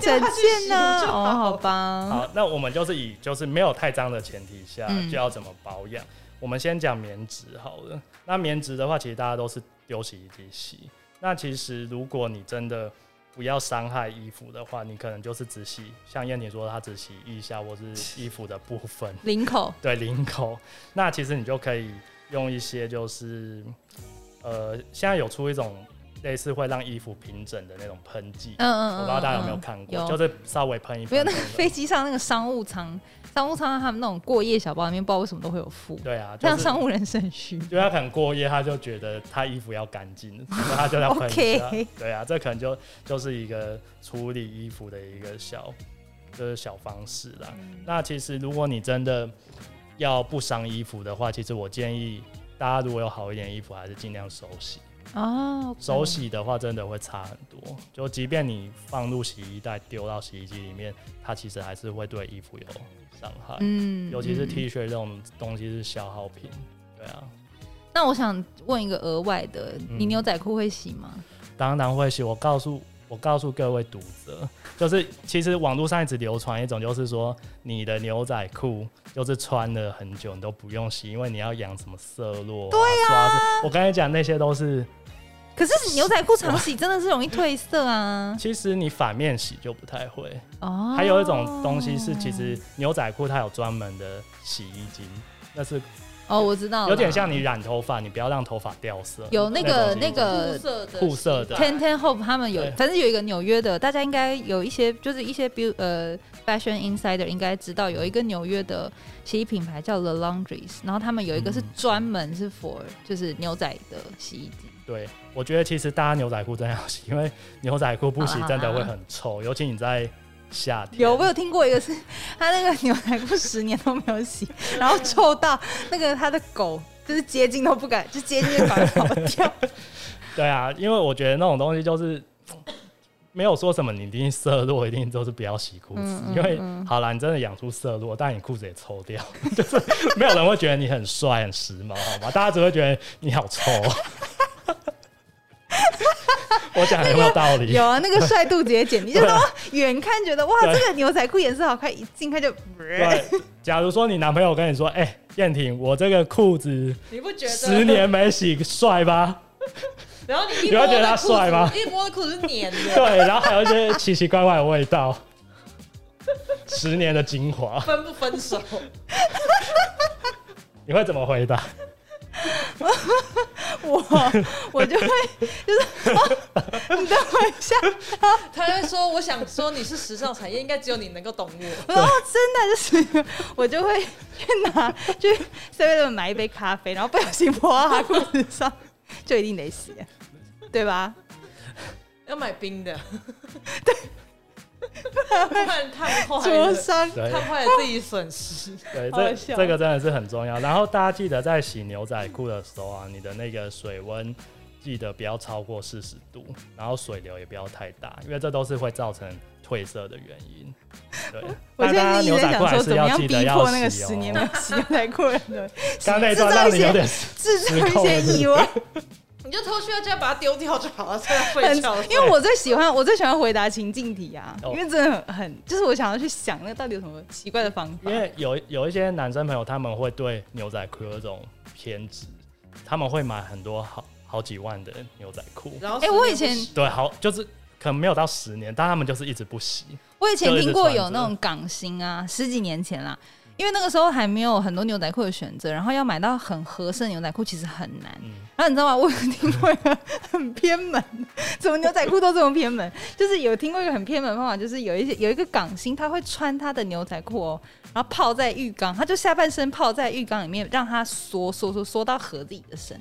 [SPEAKER 3] 整件呢，
[SPEAKER 1] 整件掉
[SPEAKER 3] 整
[SPEAKER 1] 下去
[SPEAKER 3] 件
[SPEAKER 1] 洗
[SPEAKER 3] 呢，
[SPEAKER 1] 就好
[SPEAKER 3] 哦，好吧，
[SPEAKER 2] 好，那我们就是以就是没有太脏的前提下，
[SPEAKER 3] 嗯
[SPEAKER 2] 就要怎么保养。我们先讲棉质好了。那棉质的话，其实大家都是丢洗衣机洗。那其实如果你真的不要伤害衣服的话，你可能就是只洗，像燕婷说，她只洗腋下 或是衣服的部分，
[SPEAKER 3] 领口
[SPEAKER 2] 对领口。那其实你就可以用一些就是，呃，现在有出一种类似会让衣服平整的那种喷剂，
[SPEAKER 3] 嗯嗯嗯，
[SPEAKER 2] 我不知道大家有没有看过，
[SPEAKER 3] 有
[SPEAKER 2] 就是稍微喷一
[SPEAKER 3] 没
[SPEAKER 2] 喷
[SPEAKER 3] 有那
[SPEAKER 2] 这
[SPEAKER 3] 个
[SPEAKER 2] 种。
[SPEAKER 3] 飞机上那个商务舱，商务舱啊他们那种过夜小包里面，不知道为什么都会有附，
[SPEAKER 2] 对啊，就
[SPEAKER 3] 让
[SPEAKER 2] 是
[SPEAKER 3] 商务人士很虚。
[SPEAKER 2] 就他可能过夜，他就觉得他衣服要干净，所以他就要喷一
[SPEAKER 3] OK
[SPEAKER 2] 下。对啊，这可能就就是一个处理衣服的一个小就是小方式啦。
[SPEAKER 3] 嗯
[SPEAKER 2] 那其实如果你真的要不伤衣服的话，其实我建议大家如果有好一点衣服，还是尽量手洗。
[SPEAKER 3] 哦，
[SPEAKER 2] 手洗的话，真的会差很多。就即便你放入洗衣袋，丢到洗衣机里面，它其实还是会对衣服有伤害，
[SPEAKER 3] 嗯
[SPEAKER 2] 尤其是
[SPEAKER 3] 嗯
[SPEAKER 2] T 恤这种东西是消耗品。对啊。
[SPEAKER 3] 那我想问一个额外的，
[SPEAKER 2] 嗯
[SPEAKER 3] 你牛仔裤会洗吗？
[SPEAKER 2] 当然会洗。我告诉我告诉各位读者，就是其实网络上一直流传一种，就是说你的牛仔裤就是穿了很久你都不用洗，因为你要养什么色落、啊、对呀、我刚才讲那些都是，
[SPEAKER 3] 可是牛仔裤常洗真的是容易褪色啊。
[SPEAKER 2] 其实你反面洗就不太会。
[SPEAKER 3] 哦，
[SPEAKER 2] 还有一种东西是，其实牛仔裤它有专门的洗衣精。那是
[SPEAKER 3] 哦，我知道了，
[SPEAKER 2] 有点像你染头发，你不要让头发掉色。
[SPEAKER 3] 有那个
[SPEAKER 2] 种
[SPEAKER 3] 那个
[SPEAKER 1] 护色的
[SPEAKER 2] 护色的
[SPEAKER 1] 洗法
[SPEAKER 3] Ten Ten Hope 他们有
[SPEAKER 2] 对，
[SPEAKER 3] 反正有一个纽约的，大家应该有一些，就是一些比如呃 Fashion Insider 应该知道有一个纽约的洗衣品牌叫 The Laundries，然后他们有一个是
[SPEAKER 2] 嗯
[SPEAKER 3] 专门是 for 就是牛仔的洗衣机。
[SPEAKER 2] 对，我觉得其实大家牛仔裤真的要 洗，因为牛仔裤不洗
[SPEAKER 3] 好啦
[SPEAKER 2] 真的会
[SPEAKER 3] 好啦
[SPEAKER 2] 很臭，尤其你在夏天。
[SPEAKER 3] 有，我有听过一个是， 他那个牛仔裤十年都没有洗， 然后臭到那个他的狗就是接近都不敢，就接近就赶快跑 掉。
[SPEAKER 2] 对啊，因为我觉得那种东西就是没有说什么，你一定色弱，一定都是不要洗裤子，
[SPEAKER 3] 嗯嗯
[SPEAKER 2] 因为
[SPEAKER 3] 嗯
[SPEAKER 2] 好啦，你真的养出色弱，但你裤子也臭掉， 就是没有人会觉得你很帅很时髦，好吗？大家只会觉得你好臭。哦 我讲得有没有道理？
[SPEAKER 3] 有啊，那个帅度姐姐，你就
[SPEAKER 2] 对
[SPEAKER 3] 说远看觉得哇，
[SPEAKER 2] 对
[SPEAKER 3] 这个牛仔裤颜色好看，一近看就。
[SPEAKER 2] 对，假如说你男朋友跟你说：“哎、燕婷，我这个裤子
[SPEAKER 1] 你不觉得
[SPEAKER 2] 十年没洗，帅吧？”
[SPEAKER 1] 然后你一
[SPEAKER 2] 你
[SPEAKER 1] 摸
[SPEAKER 2] 会觉得
[SPEAKER 1] 的
[SPEAKER 2] 他
[SPEAKER 1] 裤
[SPEAKER 2] 帅吗
[SPEAKER 1] 子，一摸的裤子是黏的，
[SPEAKER 2] 对，然后还有一些奇奇怪怪的味道。十年的精华，
[SPEAKER 1] 分不分手？
[SPEAKER 2] 你会怎么回答？
[SPEAKER 3] 我我就会就是、哦、你等我一下，
[SPEAKER 1] 他会说：“我想说你是时尚产业，应该只有你能够懂我。
[SPEAKER 3] 然后真的就是我就会去拿去 seven 买一杯咖啡，然后不小心泼到他裤子上，就一定得洗，对吧？”
[SPEAKER 1] 要买冰的， 对，不然烫坏
[SPEAKER 3] 灼
[SPEAKER 1] 了，
[SPEAKER 3] 伤
[SPEAKER 2] 对
[SPEAKER 1] 烫坏了自己损失。
[SPEAKER 2] 对，
[SPEAKER 3] 好
[SPEAKER 2] 这
[SPEAKER 3] 笑
[SPEAKER 2] 这个真的是很重要。然后大家记得在洗牛仔裤的时候啊，你的那个水温记得不要超过四十度，然后水流也不要太大，因为这都是会造成褪色的原因。对，
[SPEAKER 3] 我
[SPEAKER 2] 但
[SPEAKER 3] 现在
[SPEAKER 2] 大家
[SPEAKER 3] 一直
[SPEAKER 2] 牛
[SPEAKER 3] 在
[SPEAKER 2] 仔裤
[SPEAKER 3] 想
[SPEAKER 2] 还
[SPEAKER 3] 说，
[SPEAKER 2] 是
[SPEAKER 3] 怎么
[SPEAKER 2] 要
[SPEAKER 3] 样
[SPEAKER 2] 记
[SPEAKER 3] 逼
[SPEAKER 2] 得要
[SPEAKER 3] 迫那个
[SPEAKER 2] 洗
[SPEAKER 3] 十年
[SPEAKER 2] 哦。
[SPEAKER 3] 没洗牛仔裤的人，
[SPEAKER 2] 刚刚那一
[SPEAKER 3] 制
[SPEAKER 2] 段
[SPEAKER 3] 造
[SPEAKER 2] 让
[SPEAKER 3] 一
[SPEAKER 2] 你有
[SPEAKER 3] 些
[SPEAKER 2] 点
[SPEAKER 3] 制造
[SPEAKER 2] 失
[SPEAKER 3] 一
[SPEAKER 2] 控
[SPEAKER 3] 些
[SPEAKER 2] 了
[SPEAKER 3] 意外。
[SPEAKER 1] 你就偷去他家把它丢掉就好了，这样会
[SPEAKER 3] 很
[SPEAKER 1] 翘。，
[SPEAKER 3] 因为我最喜欢我最喜欢回答情境题啊，
[SPEAKER 2] 哦
[SPEAKER 3] 因为真的很很，就是我想要去想那到底有什么奇怪的方法
[SPEAKER 2] 因。为有有一些男生朋友，他们会对牛仔裤有一种偏执，他们会买很多好好几万的牛仔裤，
[SPEAKER 1] 然后
[SPEAKER 3] 哎、我以前
[SPEAKER 2] 对，好就是可能没有到十年，但他们就是一直不洗。
[SPEAKER 3] 我以前听过有
[SPEAKER 2] 就一
[SPEAKER 3] 那
[SPEAKER 2] 直穿
[SPEAKER 3] 种港星啊，十几年前啦，因为那个时候还没有很多牛仔裤的选择，然后要买到很合身的牛仔裤其实很难。
[SPEAKER 2] 嗯，
[SPEAKER 3] 然后你知道吗？我有听过一个很偏门， 怎么牛仔裤都这么偏门？就是有听过一个很偏门的方法，就是有一些有一个港星，他会穿他的牛仔裤哦，然后泡在浴缸，他就下半身泡在浴缸里面，让它缩缩缩缩到合自己的身。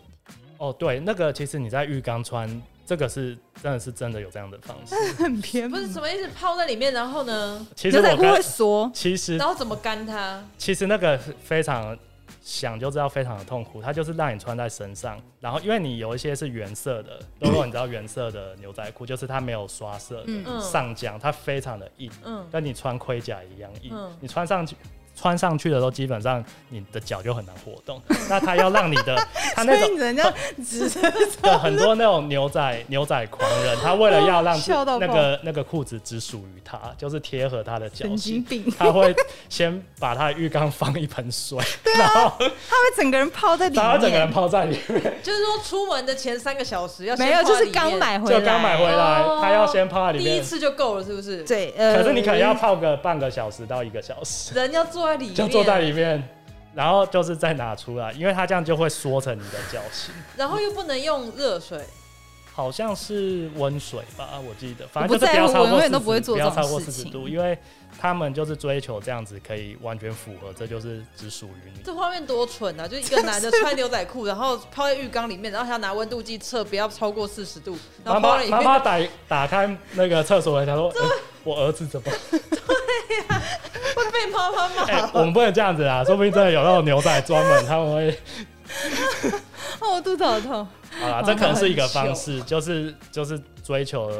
[SPEAKER 2] 哦，对，那个其实你在浴缸穿这个是真的是真的有这样的方 式。
[SPEAKER 3] 很偏
[SPEAKER 1] 不
[SPEAKER 3] 门
[SPEAKER 1] 是什么意思？泡在里面，然后呢？
[SPEAKER 2] 其实
[SPEAKER 3] 牛仔
[SPEAKER 2] 我
[SPEAKER 3] 裤会
[SPEAKER 2] 跟
[SPEAKER 3] 缩，
[SPEAKER 2] 其实
[SPEAKER 1] 然后怎么干它？
[SPEAKER 2] 其实那个非常想就知道非常的痛苦，它就是让你穿在身上，然后因为你有一些是原色的，如果你知道原色的牛仔裤，就是它没有刷色的、
[SPEAKER 3] 嗯
[SPEAKER 1] 嗯
[SPEAKER 2] 上浆，它非常的硬，
[SPEAKER 1] 嗯，
[SPEAKER 2] 跟你穿盔甲一样硬，
[SPEAKER 1] 嗯
[SPEAKER 2] 你穿上去。穿上去的时候，基本上你的脚就很难活动。那它要让你的，它
[SPEAKER 3] 所
[SPEAKER 2] 那
[SPEAKER 3] 以
[SPEAKER 2] 种
[SPEAKER 3] 你人家直着
[SPEAKER 2] 对很多那种牛仔牛仔狂人，他为了要让
[SPEAKER 3] 笑到爆
[SPEAKER 2] 那个那个裤子只属于他，就是贴合他的脚
[SPEAKER 3] 神经
[SPEAKER 2] 型，
[SPEAKER 3] 病，他
[SPEAKER 2] 他会先把他的浴缸放一盆 水，然后
[SPEAKER 3] 会整个人泡啊在里面。
[SPEAKER 2] 然后整个人泡在里面，
[SPEAKER 1] 就是说出门的前三个小时要先
[SPEAKER 3] 没有，
[SPEAKER 1] 泡
[SPEAKER 3] 就
[SPEAKER 1] 在
[SPEAKER 3] 是
[SPEAKER 1] 里面
[SPEAKER 3] 刚买回来，
[SPEAKER 2] 就刚买回来
[SPEAKER 1] 哦，
[SPEAKER 2] 他要先泡在里
[SPEAKER 1] 第一
[SPEAKER 2] 面。
[SPEAKER 1] 次就够了，是不是？
[SPEAKER 3] 对，呃，
[SPEAKER 2] 可是你可能要泡个半个小时到一个小 时，
[SPEAKER 1] 人要坐在里面，
[SPEAKER 2] 就坐在里面，然后就是再拿出来，因为它这样就会缩成你的脚型。
[SPEAKER 1] 然后又不能用热水，
[SPEAKER 2] 好像是温水吧，啊我记得，反
[SPEAKER 3] 我
[SPEAKER 2] 正
[SPEAKER 3] 不
[SPEAKER 2] 就是不
[SPEAKER 3] 在
[SPEAKER 2] 要
[SPEAKER 3] 乎
[SPEAKER 2] 超
[SPEAKER 3] 我永
[SPEAKER 2] 过
[SPEAKER 3] 远都
[SPEAKER 2] 四
[SPEAKER 3] 不会
[SPEAKER 2] 十，
[SPEAKER 3] 做
[SPEAKER 2] 不
[SPEAKER 3] 这
[SPEAKER 2] 要
[SPEAKER 3] 种
[SPEAKER 2] 超过四
[SPEAKER 3] 事
[SPEAKER 2] 十
[SPEAKER 3] 情
[SPEAKER 2] 度，因为他们就是追求这样子可以完全符合，这就是只属于你。
[SPEAKER 1] 这画面多蠢啊！就一个男的穿牛仔裤，然后泡在浴缸里面，然后还要拿温度计测不要超过四十度，然后泡
[SPEAKER 2] 妈妈
[SPEAKER 1] 在里
[SPEAKER 2] 妈
[SPEAKER 1] 面，
[SPEAKER 2] 妈打打开那个厕所门，她 说、欸我儿子怎
[SPEAKER 1] 会
[SPEAKER 2] 么？
[SPEAKER 1] 被妈妈骂。
[SPEAKER 2] 哎、我们不能这样子啊，说不定真的有那种牛仔专门，他们会
[SPEAKER 3] 哦，我肚子好痛。
[SPEAKER 2] 好啦，这可能是一个方式，就是就是追求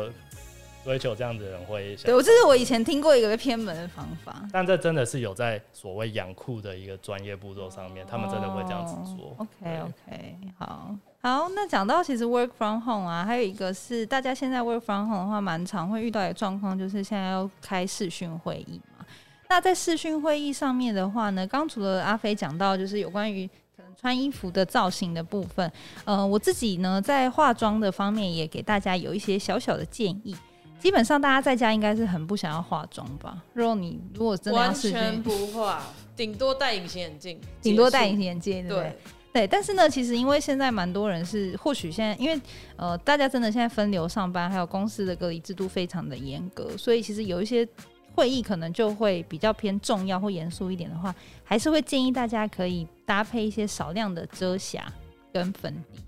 [SPEAKER 2] 追求这样子的人会想
[SPEAKER 3] 对，，我这是我以前听过一个偏门的方法，
[SPEAKER 2] 但这真的是有在所谓养库的一个专业步骤上面，他们真的会这样子做。
[SPEAKER 3] 哦 OK
[SPEAKER 2] 对
[SPEAKER 3] OK，好好。那讲到其实 work from home 啊，还有一个是大家现在 work from home 的话，蛮常会遇到一个状况，就是现在要开视讯会议嘛。那在视讯会议上面的话呢，刚除了阿飞讲到，就是有关于可能穿衣服的造型的部分，呃，我自己呢在化妆的方面也给大家有一些小小的建议。基本上大家在家应该是很不想要化妆吧？如果你如果真的要
[SPEAKER 1] 完
[SPEAKER 3] 视
[SPEAKER 1] 全
[SPEAKER 3] 讯，
[SPEAKER 1] 不化，顶多戴隐形眼镜，
[SPEAKER 3] 顶多
[SPEAKER 1] 结束
[SPEAKER 3] 戴隐形眼镜，对不对？
[SPEAKER 1] 对，
[SPEAKER 3] 对，但是呢，其实因为现在蛮多人是，或许现在因为呃，大家真的现在分流上班，还有公司的隔离制度非常的严格，所以其实有一些会议可能就会比较偏重要或严肃一点的话，还是会建议大家可以搭配一些少量的遮瑕跟粉底，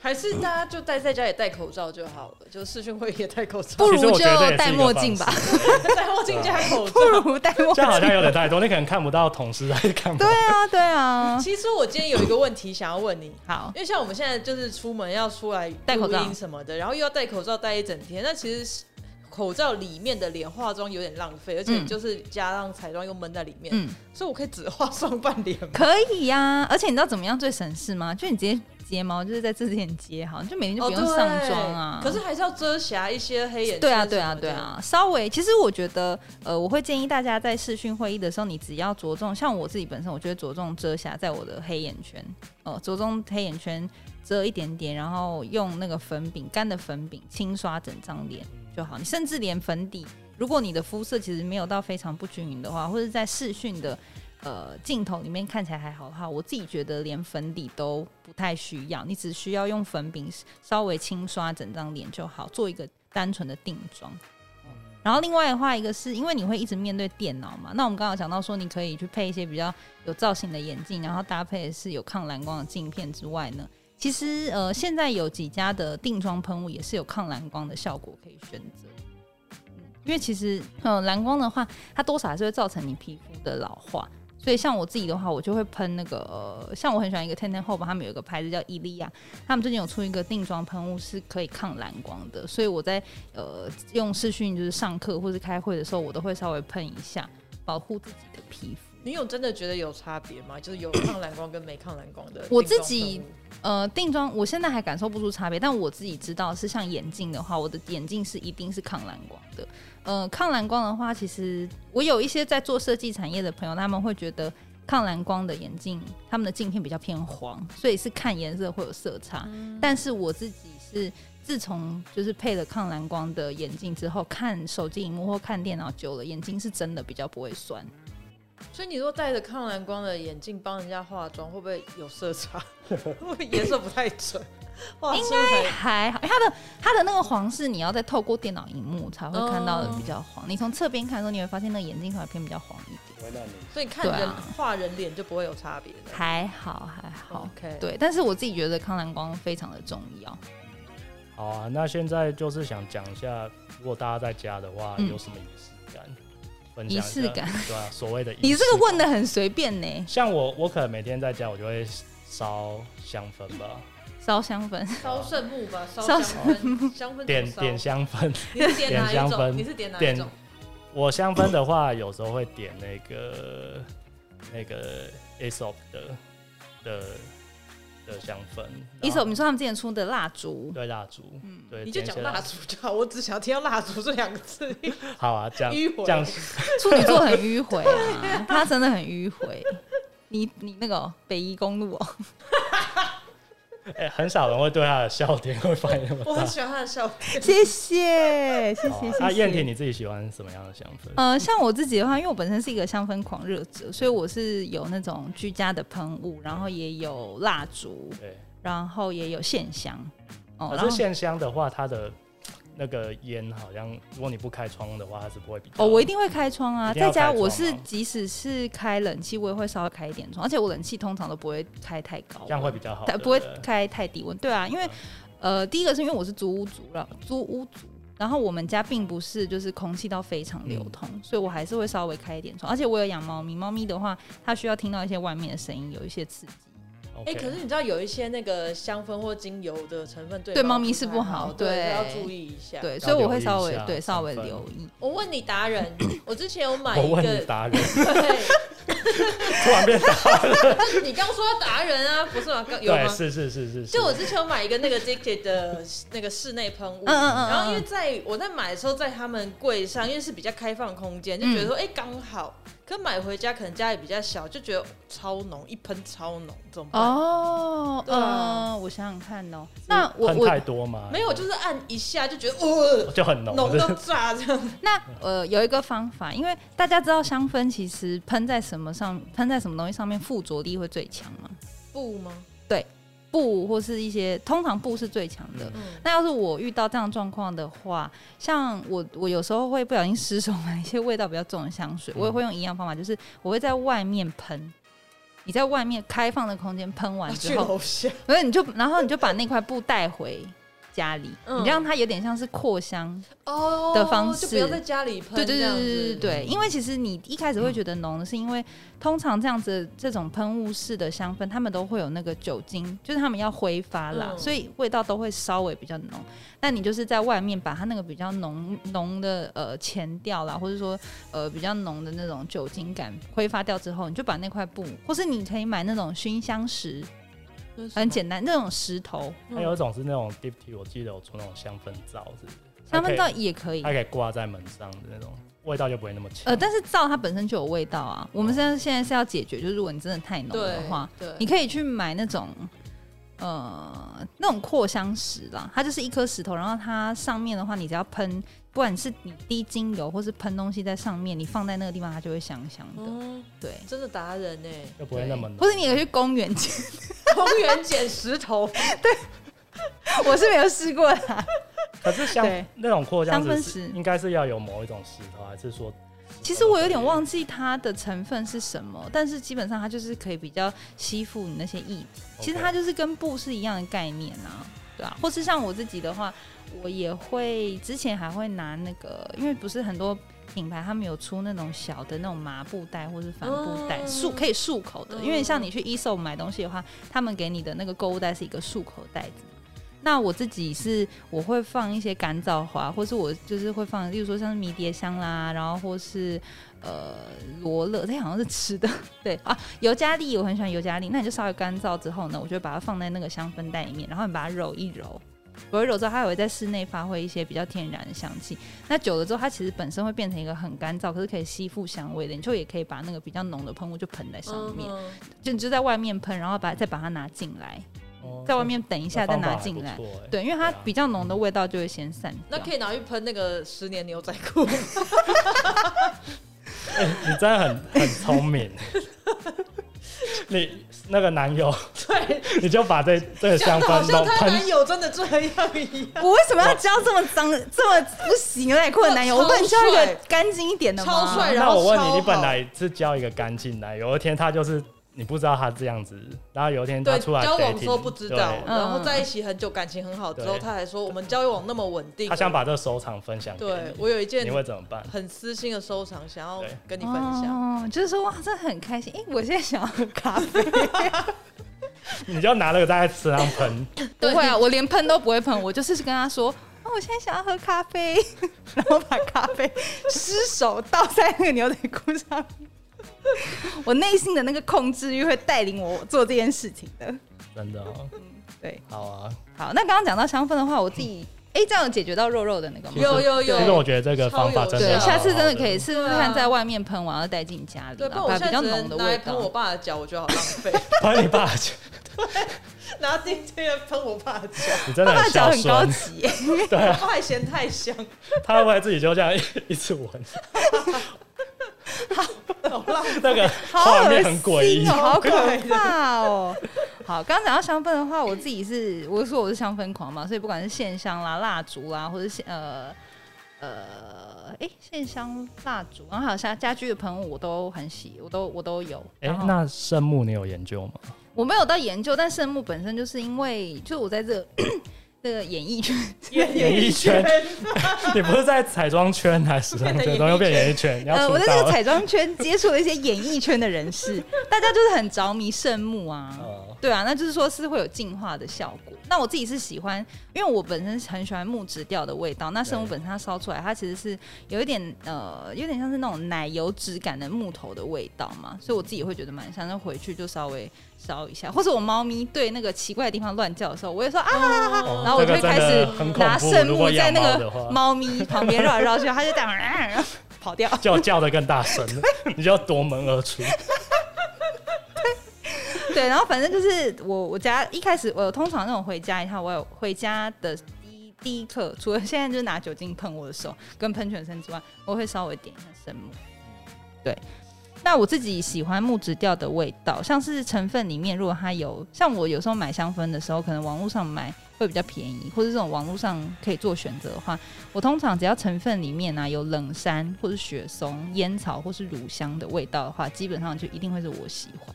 [SPEAKER 1] 还是大家就待在家里戴口罩就好了，就视讯会也戴口罩，
[SPEAKER 3] 不
[SPEAKER 2] 其实
[SPEAKER 3] 如
[SPEAKER 2] 我
[SPEAKER 3] 就
[SPEAKER 2] 觉得这也是
[SPEAKER 3] 戴
[SPEAKER 2] 一个
[SPEAKER 3] 墨
[SPEAKER 2] 方
[SPEAKER 3] 镜
[SPEAKER 2] 式
[SPEAKER 3] 吧，
[SPEAKER 1] 戴墨镜加口罩
[SPEAKER 3] 不。如戴墨
[SPEAKER 2] 这
[SPEAKER 3] 镜
[SPEAKER 2] 样。好像有点太多，你可能看不到同事在干嘛
[SPEAKER 3] 对。啊，对啊，
[SPEAKER 1] 其实我今天有一个问题想要问你，
[SPEAKER 3] 好
[SPEAKER 1] 因，为像我们现在就是出门要出来
[SPEAKER 3] 戴口罩
[SPEAKER 1] 录音什么的，然后又要戴口罩戴一整天，那其实是口罩里面的脸化妆有点浪费，而且
[SPEAKER 3] 嗯
[SPEAKER 1] 就是加上彩妆又闷在里面，
[SPEAKER 3] 嗯。
[SPEAKER 1] 所以我可以只化上半脸吗？
[SPEAKER 3] 可以呀、而且你知道怎么样最省事吗？就你直接睫毛就是在这之前接 好，你就每天就不用上妆啊。
[SPEAKER 1] 哦可是还是要遮瑕一些黑眼圈。
[SPEAKER 3] 对啊，对啊，对。啊，稍微，其实我觉得，呃，我会建议大家在视讯会议的时候，你只要着重，像我自己本身，我就会着重遮瑕在我的黑眼圈，呃，着重黑眼圈遮一点点，然后用那个粉饼，干的粉饼轻刷整张脸就好。你甚至连粉底，如果你的肤色其实没有到非常不均匀的话，或者在视讯的。呃，镜头里面看起来还好的话，我自己觉得连粉底都不太需要，你只需要用粉饼稍微轻刷整张脸就好，做一个单纯的定妆。然后另外的话，一个是因为你会一直面对电脑嘛，那我们刚刚有讲到说，你可以去配一些比较有造型的眼镜，然后搭配的是有抗蓝光的镜片之外呢，其实呃现在有几家的定妆喷雾也是有抗蓝光的效果可以选择。嗯因为其实，呃，蓝光的话，它多少还是会造成你皮肤的老化，所以像我自己的话，我就会喷那个，呃像我很喜欢一个 Ten Ten Hope，他们有一个牌子叫伊利亚，他们最近有出一个定妆喷雾是可以抗蓝光的，所以我在呃用视讯就是上课或是开会的时候，我都会稍微喷一下，保护自己的皮肤。。
[SPEAKER 1] 你有真的觉得有差别吗？ 就是有抗蓝光跟没抗蓝光的
[SPEAKER 3] 我自己，呃，定妆我现在还感受不出差别，但我自己知道是像眼镜的话，我的眼镜是一定是抗蓝光的。呃，抗蓝光的话，其实我有一些在做设计产业的朋友，他们会觉得抗蓝光的眼镜，他们的镜片比较偏黄，所以是看颜色会有色差。但是我自己是自从就是配了抗蓝光的眼镜之后，看手机荧幕或看电脑久了，眼睛是真的比较不会酸。
[SPEAKER 1] 所以你说戴着抗蓝光的眼镜帮人家化妆，会不会有色差？ 会不会颜色不太准？ 哇，
[SPEAKER 3] 应
[SPEAKER 1] 该
[SPEAKER 3] 还好，它的它的那个黄是你要再透过电脑荧幕才会看到的比较黄。你从侧边看的时候，你会发现那个眼睛反而偏比较黄一点。
[SPEAKER 2] 为难你。
[SPEAKER 1] 所以你看
[SPEAKER 3] 对啊
[SPEAKER 1] 人画人脸就不会有差别的。
[SPEAKER 3] 还好还好，
[SPEAKER 1] OK，
[SPEAKER 3] 对。但是我自己觉得抗蓝光非常的重要。
[SPEAKER 2] 好啊，那现在就是想讲一下，如果大家在家的话，
[SPEAKER 3] 嗯
[SPEAKER 2] 有什么仪式感？分享一下
[SPEAKER 3] 仪式感，
[SPEAKER 2] 对啊，所谓的仪式感。
[SPEAKER 3] 你这个问的很随便呢，
[SPEAKER 2] 像我，我可能每天在家，我就会烧香氛吧，
[SPEAKER 3] 烧香 粉，
[SPEAKER 1] 烧圣木吧，
[SPEAKER 3] 烧
[SPEAKER 1] 烧香氛，香氛
[SPEAKER 2] 点
[SPEAKER 1] 怎么烧
[SPEAKER 2] 点，香氛。
[SPEAKER 1] 你是点哪
[SPEAKER 2] 点
[SPEAKER 1] 一
[SPEAKER 2] 香氛
[SPEAKER 1] 种？你是点哪一
[SPEAKER 2] 点
[SPEAKER 1] 种？
[SPEAKER 2] 我香氛的话，有时候会点那个那个 Aesop 的的的香氛，
[SPEAKER 3] 一首
[SPEAKER 2] 然后
[SPEAKER 3] 你说他们之前出的蜡烛，
[SPEAKER 2] 对蜡烛，嗯，对，
[SPEAKER 1] 你就
[SPEAKER 2] 点一
[SPEAKER 1] 讲
[SPEAKER 2] 些
[SPEAKER 1] 蜡烛就好，我只想听到蜡烛这两个字，
[SPEAKER 2] 好 啊，这样
[SPEAKER 1] 迂回
[SPEAKER 2] 这样
[SPEAKER 3] 处女座很迂回 啊，他真的很迂回。你你那个哦北宜公路 哦，
[SPEAKER 2] 哎、很少人会对他的笑点会反应那么
[SPEAKER 1] 我
[SPEAKER 2] 大
[SPEAKER 1] 很。喜欢他的笑点。
[SPEAKER 3] 谢谢谢
[SPEAKER 2] 好
[SPEAKER 3] 谢
[SPEAKER 2] 啊
[SPEAKER 3] 谢
[SPEAKER 2] 那
[SPEAKER 3] 谢。
[SPEAKER 2] 燕婷，你自己喜欢什么样的香氛？
[SPEAKER 3] 呃，像我自己的话，因为我本身是一个香氛狂热者，所以我是有那种居家的喷雾，然后也有蜡烛，
[SPEAKER 2] 对，
[SPEAKER 3] 然后也有线香。哦，然
[SPEAKER 2] 可
[SPEAKER 3] 后
[SPEAKER 2] 是线香的话，它的那个烟好像，如果你不开窗的话，它是不会比较。
[SPEAKER 3] 哦，我一定会开窗啊，
[SPEAKER 2] 一定要
[SPEAKER 3] 在家
[SPEAKER 2] 开窗哦
[SPEAKER 3] 我是
[SPEAKER 2] 吗
[SPEAKER 3] 即使是开冷气，我也会稍微开一点窗，而且我冷气通常都不会开太高温，
[SPEAKER 2] 这样会比较好，
[SPEAKER 3] 它
[SPEAKER 2] 对
[SPEAKER 3] 不会
[SPEAKER 2] 对嗯
[SPEAKER 3] 开太低温。对啊，因为呃，第一个是因为我是租屋族了，租屋族。然后我们家并不是就是空气到非常
[SPEAKER 2] 嗯
[SPEAKER 3] 流通，所以我还是会稍微开一点窗，而且我有养猫咪，猫咪的话它需要听到一些外面的声音，有一些刺激。
[SPEAKER 1] 哎、
[SPEAKER 2] OK
[SPEAKER 1] 可是你知道有一些那个香氛或精油的成分对
[SPEAKER 3] 对
[SPEAKER 1] 猫
[SPEAKER 3] 猫咪是
[SPEAKER 1] 太
[SPEAKER 3] 不
[SPEAKER 1] 好，
[SPEAKER 3] 好
[SPEAKER 1] 对，
[SPEAKER 3] 对
[SPEAKER 1] 要注意一下。
[SPEAKER 3] 对，所以我会稍
[SPEAKER 2] 留意一
[SPEAKER 3] 微
[SPEAKER 2] 下
[SPEAKER 3] 对稍微
[SPEAKER 2] 成分
[SPEAKER 3] 留意。
[SPEAKER 1] 我问你达 人，我之前有买
[SPEAKER 2] 我
[SPEAKER 1] 一
[SPEAKER 2] 问你
[SPEAKER 1] 个，
[SPEAKER 2] 达人，
[SPEAKER 1] 对，
[SPEAKER 2] 突然变 达
[SPEAKER 1] 你刚说要达人啊，不是吗？刚有
[SPEAKER 2] 对，
[SPEAKER 1] 吗？
[SPEAKER 2] 是是是是，是
[SPEAKER 1] 就我之前有买一个那个 Dicted 的那个室内喷雾，
[SPEAKER 3] 嗯嗯嗯
[SPEAKER 1] 然后因为在我在买的时候，在他们柜上，因为是比较开放空间，就觉
[SPEAKER 3] 嗯
[SPEAKER 1] 得说，哎、刚好。可买回家可能家里比较小，就觉得哦超浓，一喷超浓，怎么办？
[SPEAKER 3] 哦，
[SPEAKER 1] 对啊
[SPEAKER 3] 嗯，我想想看哦。那我
[SPEAKER 2] 喷太
[SPEAKER 3] 我
[SPEAKER 2] 多嘛，
[SPEAKER 1] 没有，就是按一下就觉得， 呃，
[SPEAKER 2] 就很浓，
[SPEAKER 1] 浓
[SPEAKER 2] 就
[SPEAKER 1] 到
[SPEAKER 2] 是
[SPEAKER 1] 炸这 样。
[SPEAKER 3] 那呃有一个方法，因为大家知道香氛其实喷在什么上，喷在什么东西上面附着力会最强嘛？
[SPEAKER 1] 不吗？
[SPEAKER 3] 布或是一些，通常布是最强的。
[SPEAKER 1] 嗯，
[SPEAKER 3] 那要是我遇到这样的状况的话，像我我有时候会不小心失手买一些味道比较重的香水，
[SPEAKER 2] 嗯
[SPEAKER 3] 我也会用一样方法，就是我会在外面喷。你在外面开放的空间喷完
[SPEAKER 1] 去
[SPEAKER 3] 之后，
[SPEAKER 1] 楼下，
[SPEAKER 3] 所以你就然后你就把那块布带回家里，
[SPEAKER 1] 嗯
[SPEAKER 3] 你让它有点像是扩香。
[SPEAKER 1] 哦
[SPEAKER 3] 的方式
[SPEAKER 1] 就不要在家里喷，
[SPEAKER 3] 对对
[SPEAKER 1] 这
[SPEAKER 3] 对
[SPEAKER 1] 样
[SPEAKER 3] 对对对
[SPEAKER 1] 子。
[SPEAKER 3] 对，因为其实你一开始会觉得浓，是因为通常这样子这种喷雾式的香氛，他们都会有那个酒精，就是他们要挥发啦，
[SPEAKER 1] 嗯
[SPEAKER 3] 所以味道都会稍微比较浓。那你就是在外面把它那个比较浓浓的呃前调啦，或者说呃比较浓的那种酒精感挥发掉之后，你就把那块布，或是你可以买那种熏香石，很简单那种石头，
[SPEAKER 1] 嗯
[SPEAKER 2] 还有一种是那种 d i p t y 我记得有做那种香氛皂，是不是
[SPEAKER 3] 香氛皂
[SPEAKER 2] 它可以
[SPEAKER 3] 也可以
[SPEAKER 2] 它。可以挂在门上的那种，味道就不会那么强。
[SPEAKER 3] 呃，但是皂它本身就有味道啊。我们现在现在是要解决，就是如果你真的太浓的话，
[SPEAKER 1] 对，对
[SPEAKER 3] 你可以去买那种呃那种扩香石啦，它就是一颗石头，然后它上面的话，你只要喷，不管是你滴精油或是喷东西在上面，你放在那个地方，它就会香香的。
[SPEAKER 2] 哦
[SPEAKER 1] 嗯，
[SPEAKER 3] 对，
[SPEAKER 1] 真的达人欸呢，
[SPEAKER 2] 就不会那么浓
[SPEAKER 3] 或。者你也可以去公园捡，
[SPEAKER 1] 公园捡石头，
[SPEAKER 3] 我是没有试过啦。
[SPEAKER 2] 可是香
[SPEAKER 3] 对
[SPEAKER 2] 那种扩香
[SPEAKER 3] 香氛
[SPEAKER 2] 石
[SPEAKER 3] 石
[SPEAKER 2] 是应该是要有某一种石头，还是说？
[SPEAKER 3] 其实我有点忘记它的成分是什么，但是基本上它就是可以比较吸附你那些液体。其实它就是跟布是一样的概念啊，对啊。或是像我自己的话，我也会之前还会拿那个，因为不是很多品牌他们有出那种小的那种麻布袋或是帆布袋，
[SPEAKER 1] 嗯
[SPEAKER 3] 束、可以束口的。
[SPEAKER 1] 嗯
[SPEAKER 3] 因为像你去 e s o 买东西的话，他们给你的那个购物袋是一个束口袋子。那我自己是我会放一些干燥花，或是我就是会放，例如说像是迷迭香啦，然后或是呃罗勒，这好像是吃的，对啊，尤加利我很喜欢尤加利，那你就稍微干燥之后呢，我就把它放在那个香氛袋里面，然后你把它揉一揉，揉一揉之后，它也会在室内发挥一些比较天然的香气。那久了之后，它其实本身会变成一个很干燥，可是可以吸附香味的，你就也可以把那个比较浓的喷雾就喷在上面，
[SPEAKER 1] 嗯
[SPEAKER 3] 就你就在外面喷，然后把再把它拿进来，
[SPEAKER 2] 哦
[SPEAKER 3] 在外面等一下再拿进来
[SPEAKER 2] 那。方法还不错欸
[SPEAKER 3] 对，因为它
[SPEAKER 2] 对啊
[SPEAKER 3] 比较浓的味道就会先散掉。
[SPEAKER 1] 那可以拿去喷那个十年牛仔裤，
[SPEAKER 2] 你真的很很聪明。 你那个男友，
[SPEAKER 1] 对，
[SPEAKER 2] 你就把这这 个香
[SPEAKER 1] 讲的好
[SPEAKER 2] 氛
[SPEAKER 1] 像
[SPEAKER 2] 都
[SPEAKER 1] 她
[SPEAKER 2] 喷
[SPEAKER 1] 男友真的这样一样，
[SPEAKER 3] 我为什么要交这么脏、这么不行来困男友？
[SPEAKER 1] 哇
[SPEAKER 3] 我不能交一
[SPEAKER 1] 超帅
[SPEAKER 3] 个干净一点的吗？
[SPEAKER 1] 超帅然
[SPEAKER 2] 那
[SPEAKER 1] 后
[SPEAKER 2] 我问
[SPEAKER 1] 超
[SPEAKER 2] 你，
[SPEAKER 1] 好
[SPEAKER 2] 你本来是交一个干净男，有一天他就是你不知道他这样子，然后有一天 他
[SPEAKER 1] 对，
[SPEAKER 2] 出来
[SPEAKER 1] 交往
[SPEAKER 2] dating，
[SPEAKER 1] 的时候不知道，
[SPEAKER 2] 对
[SPEAKER 1] 然后
[SPEAKER 3] 嗯
[SPEAKER 1] 在一起很久，感情很好之后，
[SPEAKER 2] 对
[SPEAKER 1] 他还说我们交往那么稳定，
[SPEAKER 2] 他想把这个收藏分享给
[SPEAKER 1] 对
[SPEAKER 2] 你，
[SPEAKER 1] 我有一件
[SPEAKER 2] 你会怎么办？
[SPEAKER 1] 很私心的收藏，想要
[SPEAKER 2] 对
[SPEAKER 1] 跟你分享。
[SPEAKER 3] 哦，就是说哇，这很开心。哎、我现在想要喝咖 啡，
[SPEAKER 2] 你就拿那个在身上喷，
[SPEAKER 3] 不会啊，我连喷都不会喷，我就是跟他说， 哦，我现在想要喝咖啡， 然后把咖啡失手倒在那个牛仔裤上面。 我内心的那个控制欲会带领我做这件事情的。
[SPEAKER 2] 真的哦，
[SPEAKER 3] 对，
[SPEAKER 2] 好啊。
[SPEAKER 3] 好，那刚刚讲到香氛的话，我自己哎、这样有解决到肉肉的那个吗
[SPEAKER 2] 其？实
[SPEAKER 1] 有有有
[SPEAKER 2] 其实我觉得这个方法真
[SPEAKER 1] 对
[SPEAKER 2] 的
[SPEAKER 3] 对，
[SPEAKER 2] 好，
[SPEAKER 3] 下次真的 可以
[SPEAKER 2] 好
[SPEAKER 3] 试试看，在外面喷完要带进家里
[SPEAKER 1] 对，
[SPEAKER 3] 啦，
[SPEAKER 1] 不然我
[SPEAKER 3] 把
[SPEAKER 1] 现在
[SPEAKER 3] 比较
[SPEAKER 1] 只
[SPEAKER 3] 浓的
[SPEAKER 1] 能拿来
[SPEAKER 3] 味
[SPEAKER 1] 喷我
[SPEAKER 3] 道。
[SPEAKER 1] 爸的脚，我觉得好浪费。
[SPEAKER 2] 喷你爸的脚，
[SPEAKER 1] 拿丁进来喷我爸的脚，
[SPEAKER 2] 你真的
[SPEAKER 3] 爸爸
[SPEAKER 2] 很
[SPEAKER 3] 脚
[SPEAKER 2] 孝
[SPEAKER 3] 很
[SPEAKER 2] 顺，
[SPEAKER 3] 高级耶，
[SPEAKER 2] 对
[SPEAKER 1] 我
[SPEAKER 2] 啊，
[SPEAKER 1] 爸还嫌太香，
[SPEAKER 2] 他会不会自己就这样一一直闻？
[SPEAKER 1] 好浪费。
[SPEAKER 2] 那个
[SPEAKER 3] 好
[SPEAKER 2] 画
[SPEAKER 3] 恶
[SPEAKER 2] 面很诡异
[SPEAKER 3] 心哦，，好可怕哦。好，刚刚讲到香氛的话，我自己是我说我是香氛狂嘛，所以不管是线香啦、蜡烛啦，或者是呃呃，哎、线香、蜡烛，然后还有家家居的喷雾，我都很喜，我都我都有。
[SPEAKER 2] 哎、
[SPEAKER 3] 然后
[SPEAKER 2] 那圣木你有研 究吗？
[SPEAKER 3] 我没有到研究，但圣木本身就是因为，就我在这这个演艺圈，呃
[SPEAKER 2] 演艺圈，你不是在彩妆圈还是什么
[SPEAKER 1] 变成
[SPEAKER 2] 圈，都又变演艺圈？你要
[SPEAKER 3] 呃，
[SPEAKER 2] 出
[SPEAKER 3] 我在这
[SPEAKER 2] 道
[SPEAKER 3] 个
[SPEAKER 2] 了。
[SPEAKER 3] 彩妆圈接触了一些演艺圈的人士，大家就是很着迷圣木啊。
[SPEAKER 2] 哦
[SPEAKER 3] 对啊，那就是说是会有净化的效果。那我自己是喜欢，因为我本身很喜欢木质调的味道。那圣木
[SPEAKER 2] 对
[SPEAKER 3] 本身它烧出来，它其实是有一点呃，有点像是那种奶油质感的木头的味道嘛，所以我自己会觉得蛮香。那回去就稍微烧一下，或者我猫咪对那个奇怪的地方乱叫的时候，我会说啊，
[SPEAKER 2] 哦
[SPEAKER 3] 然后我就会开始
[SPEAKER 2] 这个真的很恐怖
[SPEAKER 3] 拿圣
[SPEAKER 2] 如
[SPEAKER 3] 木
[SPEAKER 2] 果
[SPEAKER 3] 在
[SPEAKER 2] 养
[SPEAKER 3] 那
[SPEAKER 2] 猫的话
[SPEAKER 3] 个猫咪旁边绕来绕去，它就这样、 啊、跑掉。
[SPEAKER 2] 就叫的更大声， 你就要夺门而出。
[SPEAKER 3] 对，然后反正就是我我家一开始我通常那种回家一趟，我有回家的第一第一刻，除了现在就是拿酒精喷我的手跟喷全身之外，我会稍微点一下生木。对，那我自己喜欢木质调的味道，像是成分里面如果它有，像我有时候买香氛的时候，可能网络上买会比较便宜，或者这种网络上可以做选择的话，我通常只要成分里面呢、啊有冷杉或是雪松、烟草或是乳香的味道的话，基本上就一定会是我喜欢的。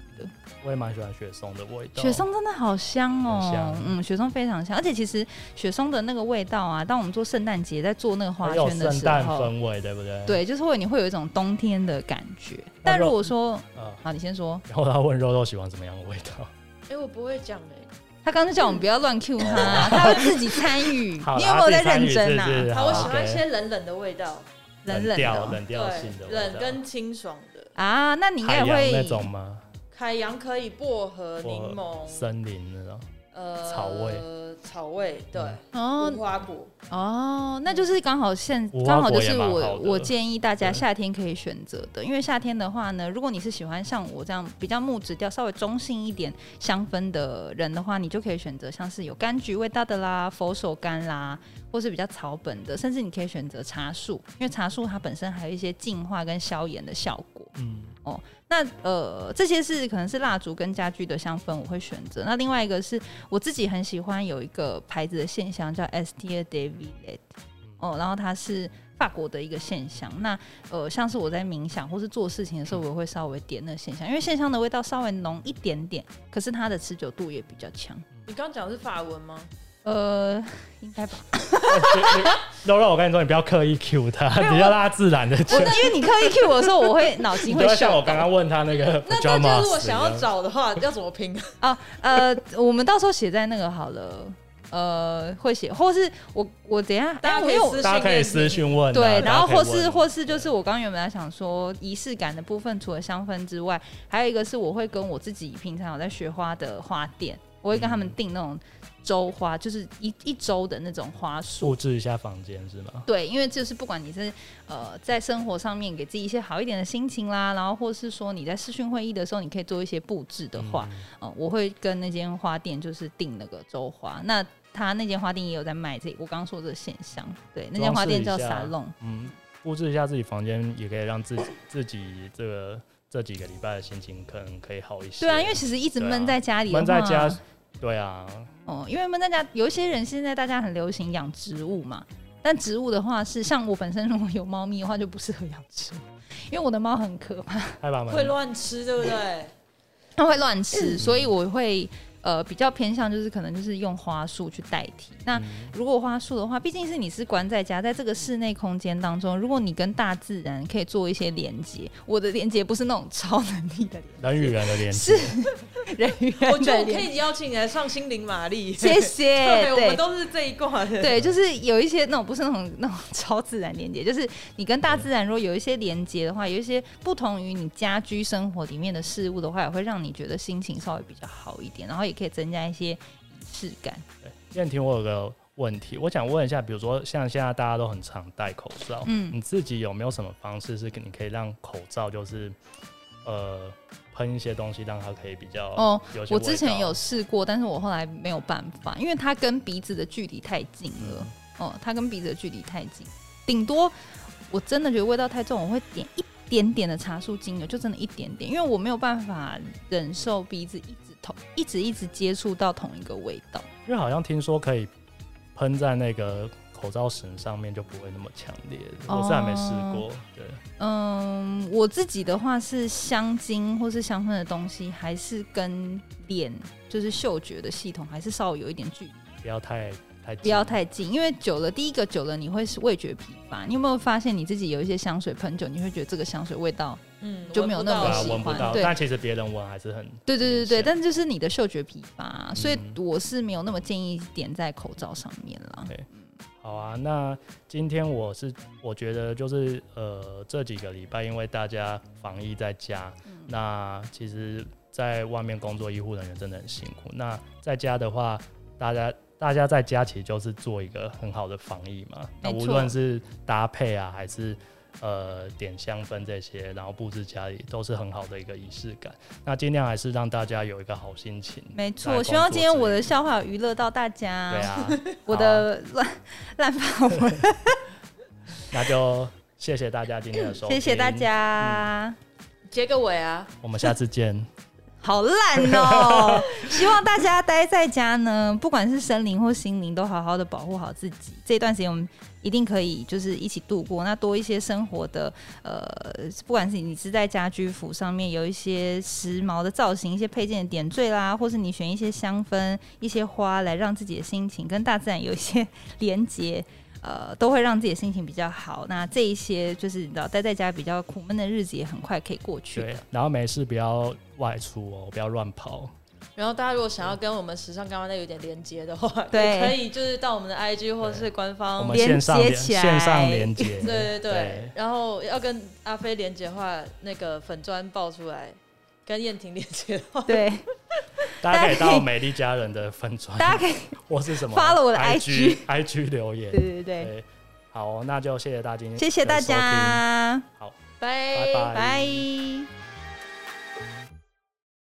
[SPEAKER 2] 我也蛮喜欢雪松的味道，
[SPEAKER 3] 雪松真的好香哦、
[SPEAKER 2] 很香
[SPEAKER 3] 嗯，雪松非常香，而且其实雪松的那个味道啊，当我们做圣诞节在做那个花
[SPEAKER 2] 很哦有
[SPEAKER 3] 圈的
[SPEAKER 2] 圣
[SPEAKER 3] 时
[SPEAKER 2] 诞
[SPEAKER 3] 候，
[SPEAKER 2] 氛围，对不对？，
[SPEAKER 3] 对，就是会你会有一种冬天的感觉。
[SPEAKER 2] 那
[SPEAKER 3] 但
[SPEAKER 2] 肉
[SPEAKER 3] 如果说，
[SPEAKER 2] 啊。
[SPEAKER 3] 好，你先说，
[SPEAKER 2] 然后他问肉肉喜欢什么样的味 道，
[SPEAKER 1] 哎，我不会讲哎，
[SPEAKER 3] 他刚刚就叫我们不要乱 Q 他、他会自己参与。
[SPEAKER 2] 好啦
[SPEAKER 3] 你有没有在认真
[SPEAKER 2] 他自己参与是不是
[SPEAKER 3] 啊？
[SPEAKER 1] 好，我喜欢一
[SPEAKER 2] OK
[SPEAKER 1] 些冷冷的味道，
[SPEAKER 3] 冷
[SPEAKER 2] 冷
[SPEAKER 3] 冷的
[SPEAKER 2] 调
[SPEAKER 3] 哦
[SPEAKER 2] 冷调性的
[SPEAKER 1] 对，
[SPEAKER 2] 味道
[SPEAKER 1] 冷跟清爽的。
[SPEAKER 3] 啊，那你应
[SPEAKER 2] 海
[SPEAKER 3] 该
[SPEAKER 2] 洋
[SPEAKER 3] 会
[SPEAKER 2] 那种吗？
[SPEAKER 1] 海洋可以薄荷、柠
[SPEAKER 2] 或
[SPEAKER 1] 檬，
[SPEAKER 2] 森林那种，
[SPEAKER 1] 呃，
[SPEAKER 2] 草味，
[SPEAKER 1] 草味，对
[SPEAKER 2] 嗯，
[SPEAKER 3] 哦
[SPEAKER 1] 无花果，
[SPEAKER 3] 哦，那就是刚好现
[SPEAKER 2] 无花
[SPEAKER 3] 刚好就
[SPEAKER 2] 果
[SPEAKER 3] 是
[SPEAKER 2] 也蛮
[SPEAKER 3] 我
[SPEAKER 2] 好的
[SPEAKER 3] 我建议大家
[SPEAKER 2] 对
[SPEAKER 3] 夏天可以选择的，因为夏天的话呢，如果你是喜欢像我这样比较木质调、稍微中性一点香氛的人的话，你就可以选择像是有柑橘味道的啦、佛手柑啦，或是比较草本的，甚至你可以选择茶树，因为茶树它本身还有一些净化跟消炎的效果。
[SPEAKER 2] 嗯，
[SPEAKER 3] 那呃，这些是可能是蜡烛跟家居的香氛，我会选择。那另外一个是我自己很喜欢有一个牌子的线香叫 Estee David，哦，然后它是法国的一个线香。那呃，像是我在冥想或是做事情的时候，我会稍微点那个线香，因为线香的味道稍微浓一点点，可是它的持久度也比较强。
[SPEAKER 1] 你刚讲的是法文吗？
[SPEAKER 3] 呃，应该吧，
[SPEAKER 2] 肉肉，我跟你说，你不要刻意 Q 他，你要让他自然的
[SPEAKER 3] 我
[SPEAKER 2] 讲。
[SPEAKER 3] 因为你刻意 Q 我的时候，我会脑筋
[SPEAKER 2] 你
[SPEAKER 3] 会啊
[SPEAKER 2] 不要
[SPEAKER 3] 秀
[SPEAKER 2] 像我
[SPEAKER 3] 动
[SPEAKER 2] 刚刚问他那个
[SPEAKER 1] 那大家
[SPEAKER 2] pajamas
[SPEAKER 1] 如果
[SPEAKER 2] 一
[SPEAKER 1] 想要
[SPEAKER 2] 样，
[SPEAKER 1] 找的话，要怎么拼？
[SPEAKER 3] 啊，呃，我们到时候写在那个好了，呃，会写，或是我我等一下，
[SPEAKER 1] 大家
[SPEAKER 3] 哎
[SPEAKER 1] 可以
[SPEAKER 3] 因为我
[SPEAKER 1] 私
[SPEAKER 2] 大家可以
[SPEAKER 1] 信
[SPEAKER 2] 私
[SPEAKER 1] 给你
[SPEAKER 2] 讯问啊。
[SPEAKER 3] 对，然
[SPEAKER 2] 大家
[SPEAKER 3] 后或
[SPEAKER 2] 可以问
[SPEAKER 3] 是或是就是我刚刚原本在想说仪式感的部分，除了香氛之外，还有一个是我会跟我自己平常有在学花的花店，我会跟他
[SPEAKER 2] 嗯
[SPEAKER 3] 们订那种周花，就是一一周的那种花束。
[SPEAKER 2] 布置一下房间是吗？
[SPEAKER 3] 对，因为就是不管你是呃在生活上面给自己一些好一点的心情啦，然后或是说你在视讯会议的时候，你可以做一些布置的话，
[SPEAKER 2] 嗯
[SPEAKER 3] 嗯，我会跟那间花店就是订那个周花，那他那间花店也有在卖这我刚刚说这个现象，对，那间花店叫
[SPEAKER 2] 装饰一下
[SPEAKER 3] 沙龙，
[SPEAKER 2] 嗯，布置一下自己房间，也可以让自己自己这个这几个礼拜的心情可能可以好一些。
[SPEAKER 3] 对啊，因为其实一直
[SPEAKER 2] 对啊
[SPEAKER 3] 闷在家里的话，
[SPEAKER 2] 闷在家，对啊，
[SPEAKER 3] 哦，因为闷在家，有一些人现在大家很流行养植物嘛，但植物的话是像我本身如果有猫咪的话就不适合养植物，因为我的猫很可怕，
[SPEAKER 2] 害怕闷
[SPEAKER 1] 会乱吃，对不对？
[SPEAKER 3] 它会乱
[SPEAKER 2] 嗯
[SPEAKER 3] 吃，所以我会呃比较偏向就是可能就是用花束去代替。那
[SPEAKER 2] 嗯
[SPEAKER 3] 如果花束的话，毕竟是你是关在家，在这个室内空间当中，如果你跟大自然可以做一些连接，我的连接不是那种超能力的
[SPEAKER 2] 人与人的连接
[SPEAKER 3] 是，人与人
[SPEAKER 1] 我觉得我
[SPEAKER 3] 的
[SPEAKER 1] 可
[SPEAKER 3] 连接。
[SPEAKER 1] 以邀请你来上心灵玛丽，
[SPEAKER 3] 谢谢，
[SPEAKER 1] 对，我
[SPEAKER 3] 对
[SPEAKER 1] 们都是这一挂 的。
[SPEAKER 3] 对，就是有一些那种不是那种那 种超自然连接，就是你跟大自然如果有一些连接的话，有一些不同于你家居生活里面的事物的话，也会让你觉得心情稍微比较好一点，然后也可以增加一些仪式感。
[SPEAKER 2] 燕婷，我有个问题，我想问一下，比如说像现在大家都很常戴口罩，
[SPEAKER 3] 嗯
[SPEAKER 2] 你自己有没有什么方式是你可以让口罩就是呃喷一些东西，让它可以比较
[SPEAKER 3] 哦
[SPEAKER 2] 有一些
[SPEAKER 3] 我
[SPEAKER 2] 味
[SPEAKER 3] 之前
[SPEAKER 2] 道
[SPEAKER 3] 有试过，但是我后来没有办法，因为它跟鼻子的距离太近了。哦，它跟鼻子的距离太近，顶多我真的觉得味道太重，我会点一点点的茶树精油，就真的一点点，因为我没有办法忍受鼻子一直同一直一直接触到同一个味道。
[SPEAKER 2] 因为好像听说可以喷在那个口罩绳上面就不会那么强烈，我是还没试
[SPEAKER 3] 哦
[SPEAKER 2] 过。对，
[SPEAKER 3] 嗯，我自己的话是香精或是香氛的东西，还是跟脸就是嗅觉的系统还是稍微有一点距离。
[SPEAKER 2] 不要太太
[SPEAKER 3] 不要太近，因为久了，第一个久了你会是味觉疲乏。你有没有发现你自己有一些香水喷久，你会觉得这个香水味道？
[SPEAKER 1] 嗯，
[SPEAKER 3] 就没有那么
[SPEAKER 1] 闻不到
[SPEAKER 2] 对啊
[SPEAKER 3] 喜
[SPEAKER 2] 闻不
[SPEAKER 3] 欢
[SPEAKER 2] 到，
[SPEAKER 3] 对
[SPEAKER 2] 但其实别人闻还是很
[SPEAKER 3] 对对对对，
[SPEAKER 2] 是
[SPEAKER 3] 但就是你的嗅觉疲乏，所以
[SPEAKER 2] 嗯
[SPEAKER 3] 我是没有那么建议点在口罩上面啦。
[SPEAKER 2] 好啊，那今天我是我觉得就是呃这几个礼拜，因为大家防疫在家，
[SPEAKER 3] 嗯
[SPEAKER 2] 那其实在外面工作医护人员真的很辛苦。那在家的话，大家大家在家其实就是做一个很好的防疫嘛。那
[SPEAKER 3] 没
[SPEAKER 2] 无
[SPEAKER 3] 错
[SPEAKER 2] 论是搭配啊，还是呃点香氛这些，然后布置家里，都是很好的一个仪式感。那尽量还是让大家有一个好心情。
[SPEAKER 3] 没
[SPEAKER 2] 在
[SPEAKER 3] 错，
[SPEAKER 2] 工
[SPEAKER 3] 希望
[SPEAKER 2] 作
[SPEAKER 3] 今天
[SPEAKER 2] 之
[SPEAKER 3] 我
[SPEAKER 2] 余
[SPEAKER 3] 的笑话有娱乐到大家。
[SPEAKER 2] 对啊，
[SPEAKER 3] 我的烂烂 发文，
[SPEAKER 2] 那就谢谢大家今天的收听，
[SPEAKER 3] 谢谢大，
[SPEAKER 2] 嗯
[SPEAKER 3] 家。
[SPEAKER 1] 结个尾啊。
[SPEAKER 2] 我们下次见。
[SPEAKER 3] 好烂哦！希望大家待在家呢，不管是身灵或心灵，都好好的保护好自己。这段时间我们一定可以就是一起度过。那多一些生活的呃，不管是你是在家居服上面有一些时髦的造型、一些配件的点缀啦，或是你选一些香氛、一些花来让自己的心情跟大自然有一些连接。 呃，都会让自己的心情比较好。那这一些就是你知道，待在家比较苦闷的日子也很快可以过去。
[SPEAKER 2] 对，然后没事不要外出哦，不要乱跑。
[SPEAKER 1] 然后大家如果想要跟我们时尚干嘛那有点连接的话，
[SPEAKER 3] 对
[SPEAKER 1] 也可以就是到我们的 IG 或是官
[SPEAKER 2] 我
[SPEAKER 1] 方，
[SPEAKER 2] 们
[SPEAKER 3] 哦连
[SPEAKER 2] 线上
[SPEAKER 3] 接
[SPEAKER 2] 连
[SPEAKER 3] 起来
[SPEAKER 2] 线上连 接，
[SPEAKER 1] 对对对。然后要跟阿飞连接的话，那个粉砖爆出来，跟燕婷连接的话，
[SPEAKER 3] 对，
[SPEAKER 2] 大家可
[SPEAKER 3] 大家可
[SPEAKER 2] 以
[SPEAKER 3] 以
[SPEAKER 2] 到美丽佳人的粉砖
[SPEAKER 3] 大家可以
[SPEAKER 2] 或是什么
[SPEAKER 3] follow 我的
[SPEAKER 2] IG IG 留言。哦
[SPEAKER 3] 对对对，
[SPEAKER 2] 对，好，那就谢谢大家今天的收
[SPEAKER 3] 谢
[SPEAKER 2] 听，
[SPEAKER 3] 谢大家，
[SPEAKER 2] 好，
[SPEAKER 1] 拜
[SPEAKER 2] 拜拜
[SPEAKER 3] 拜。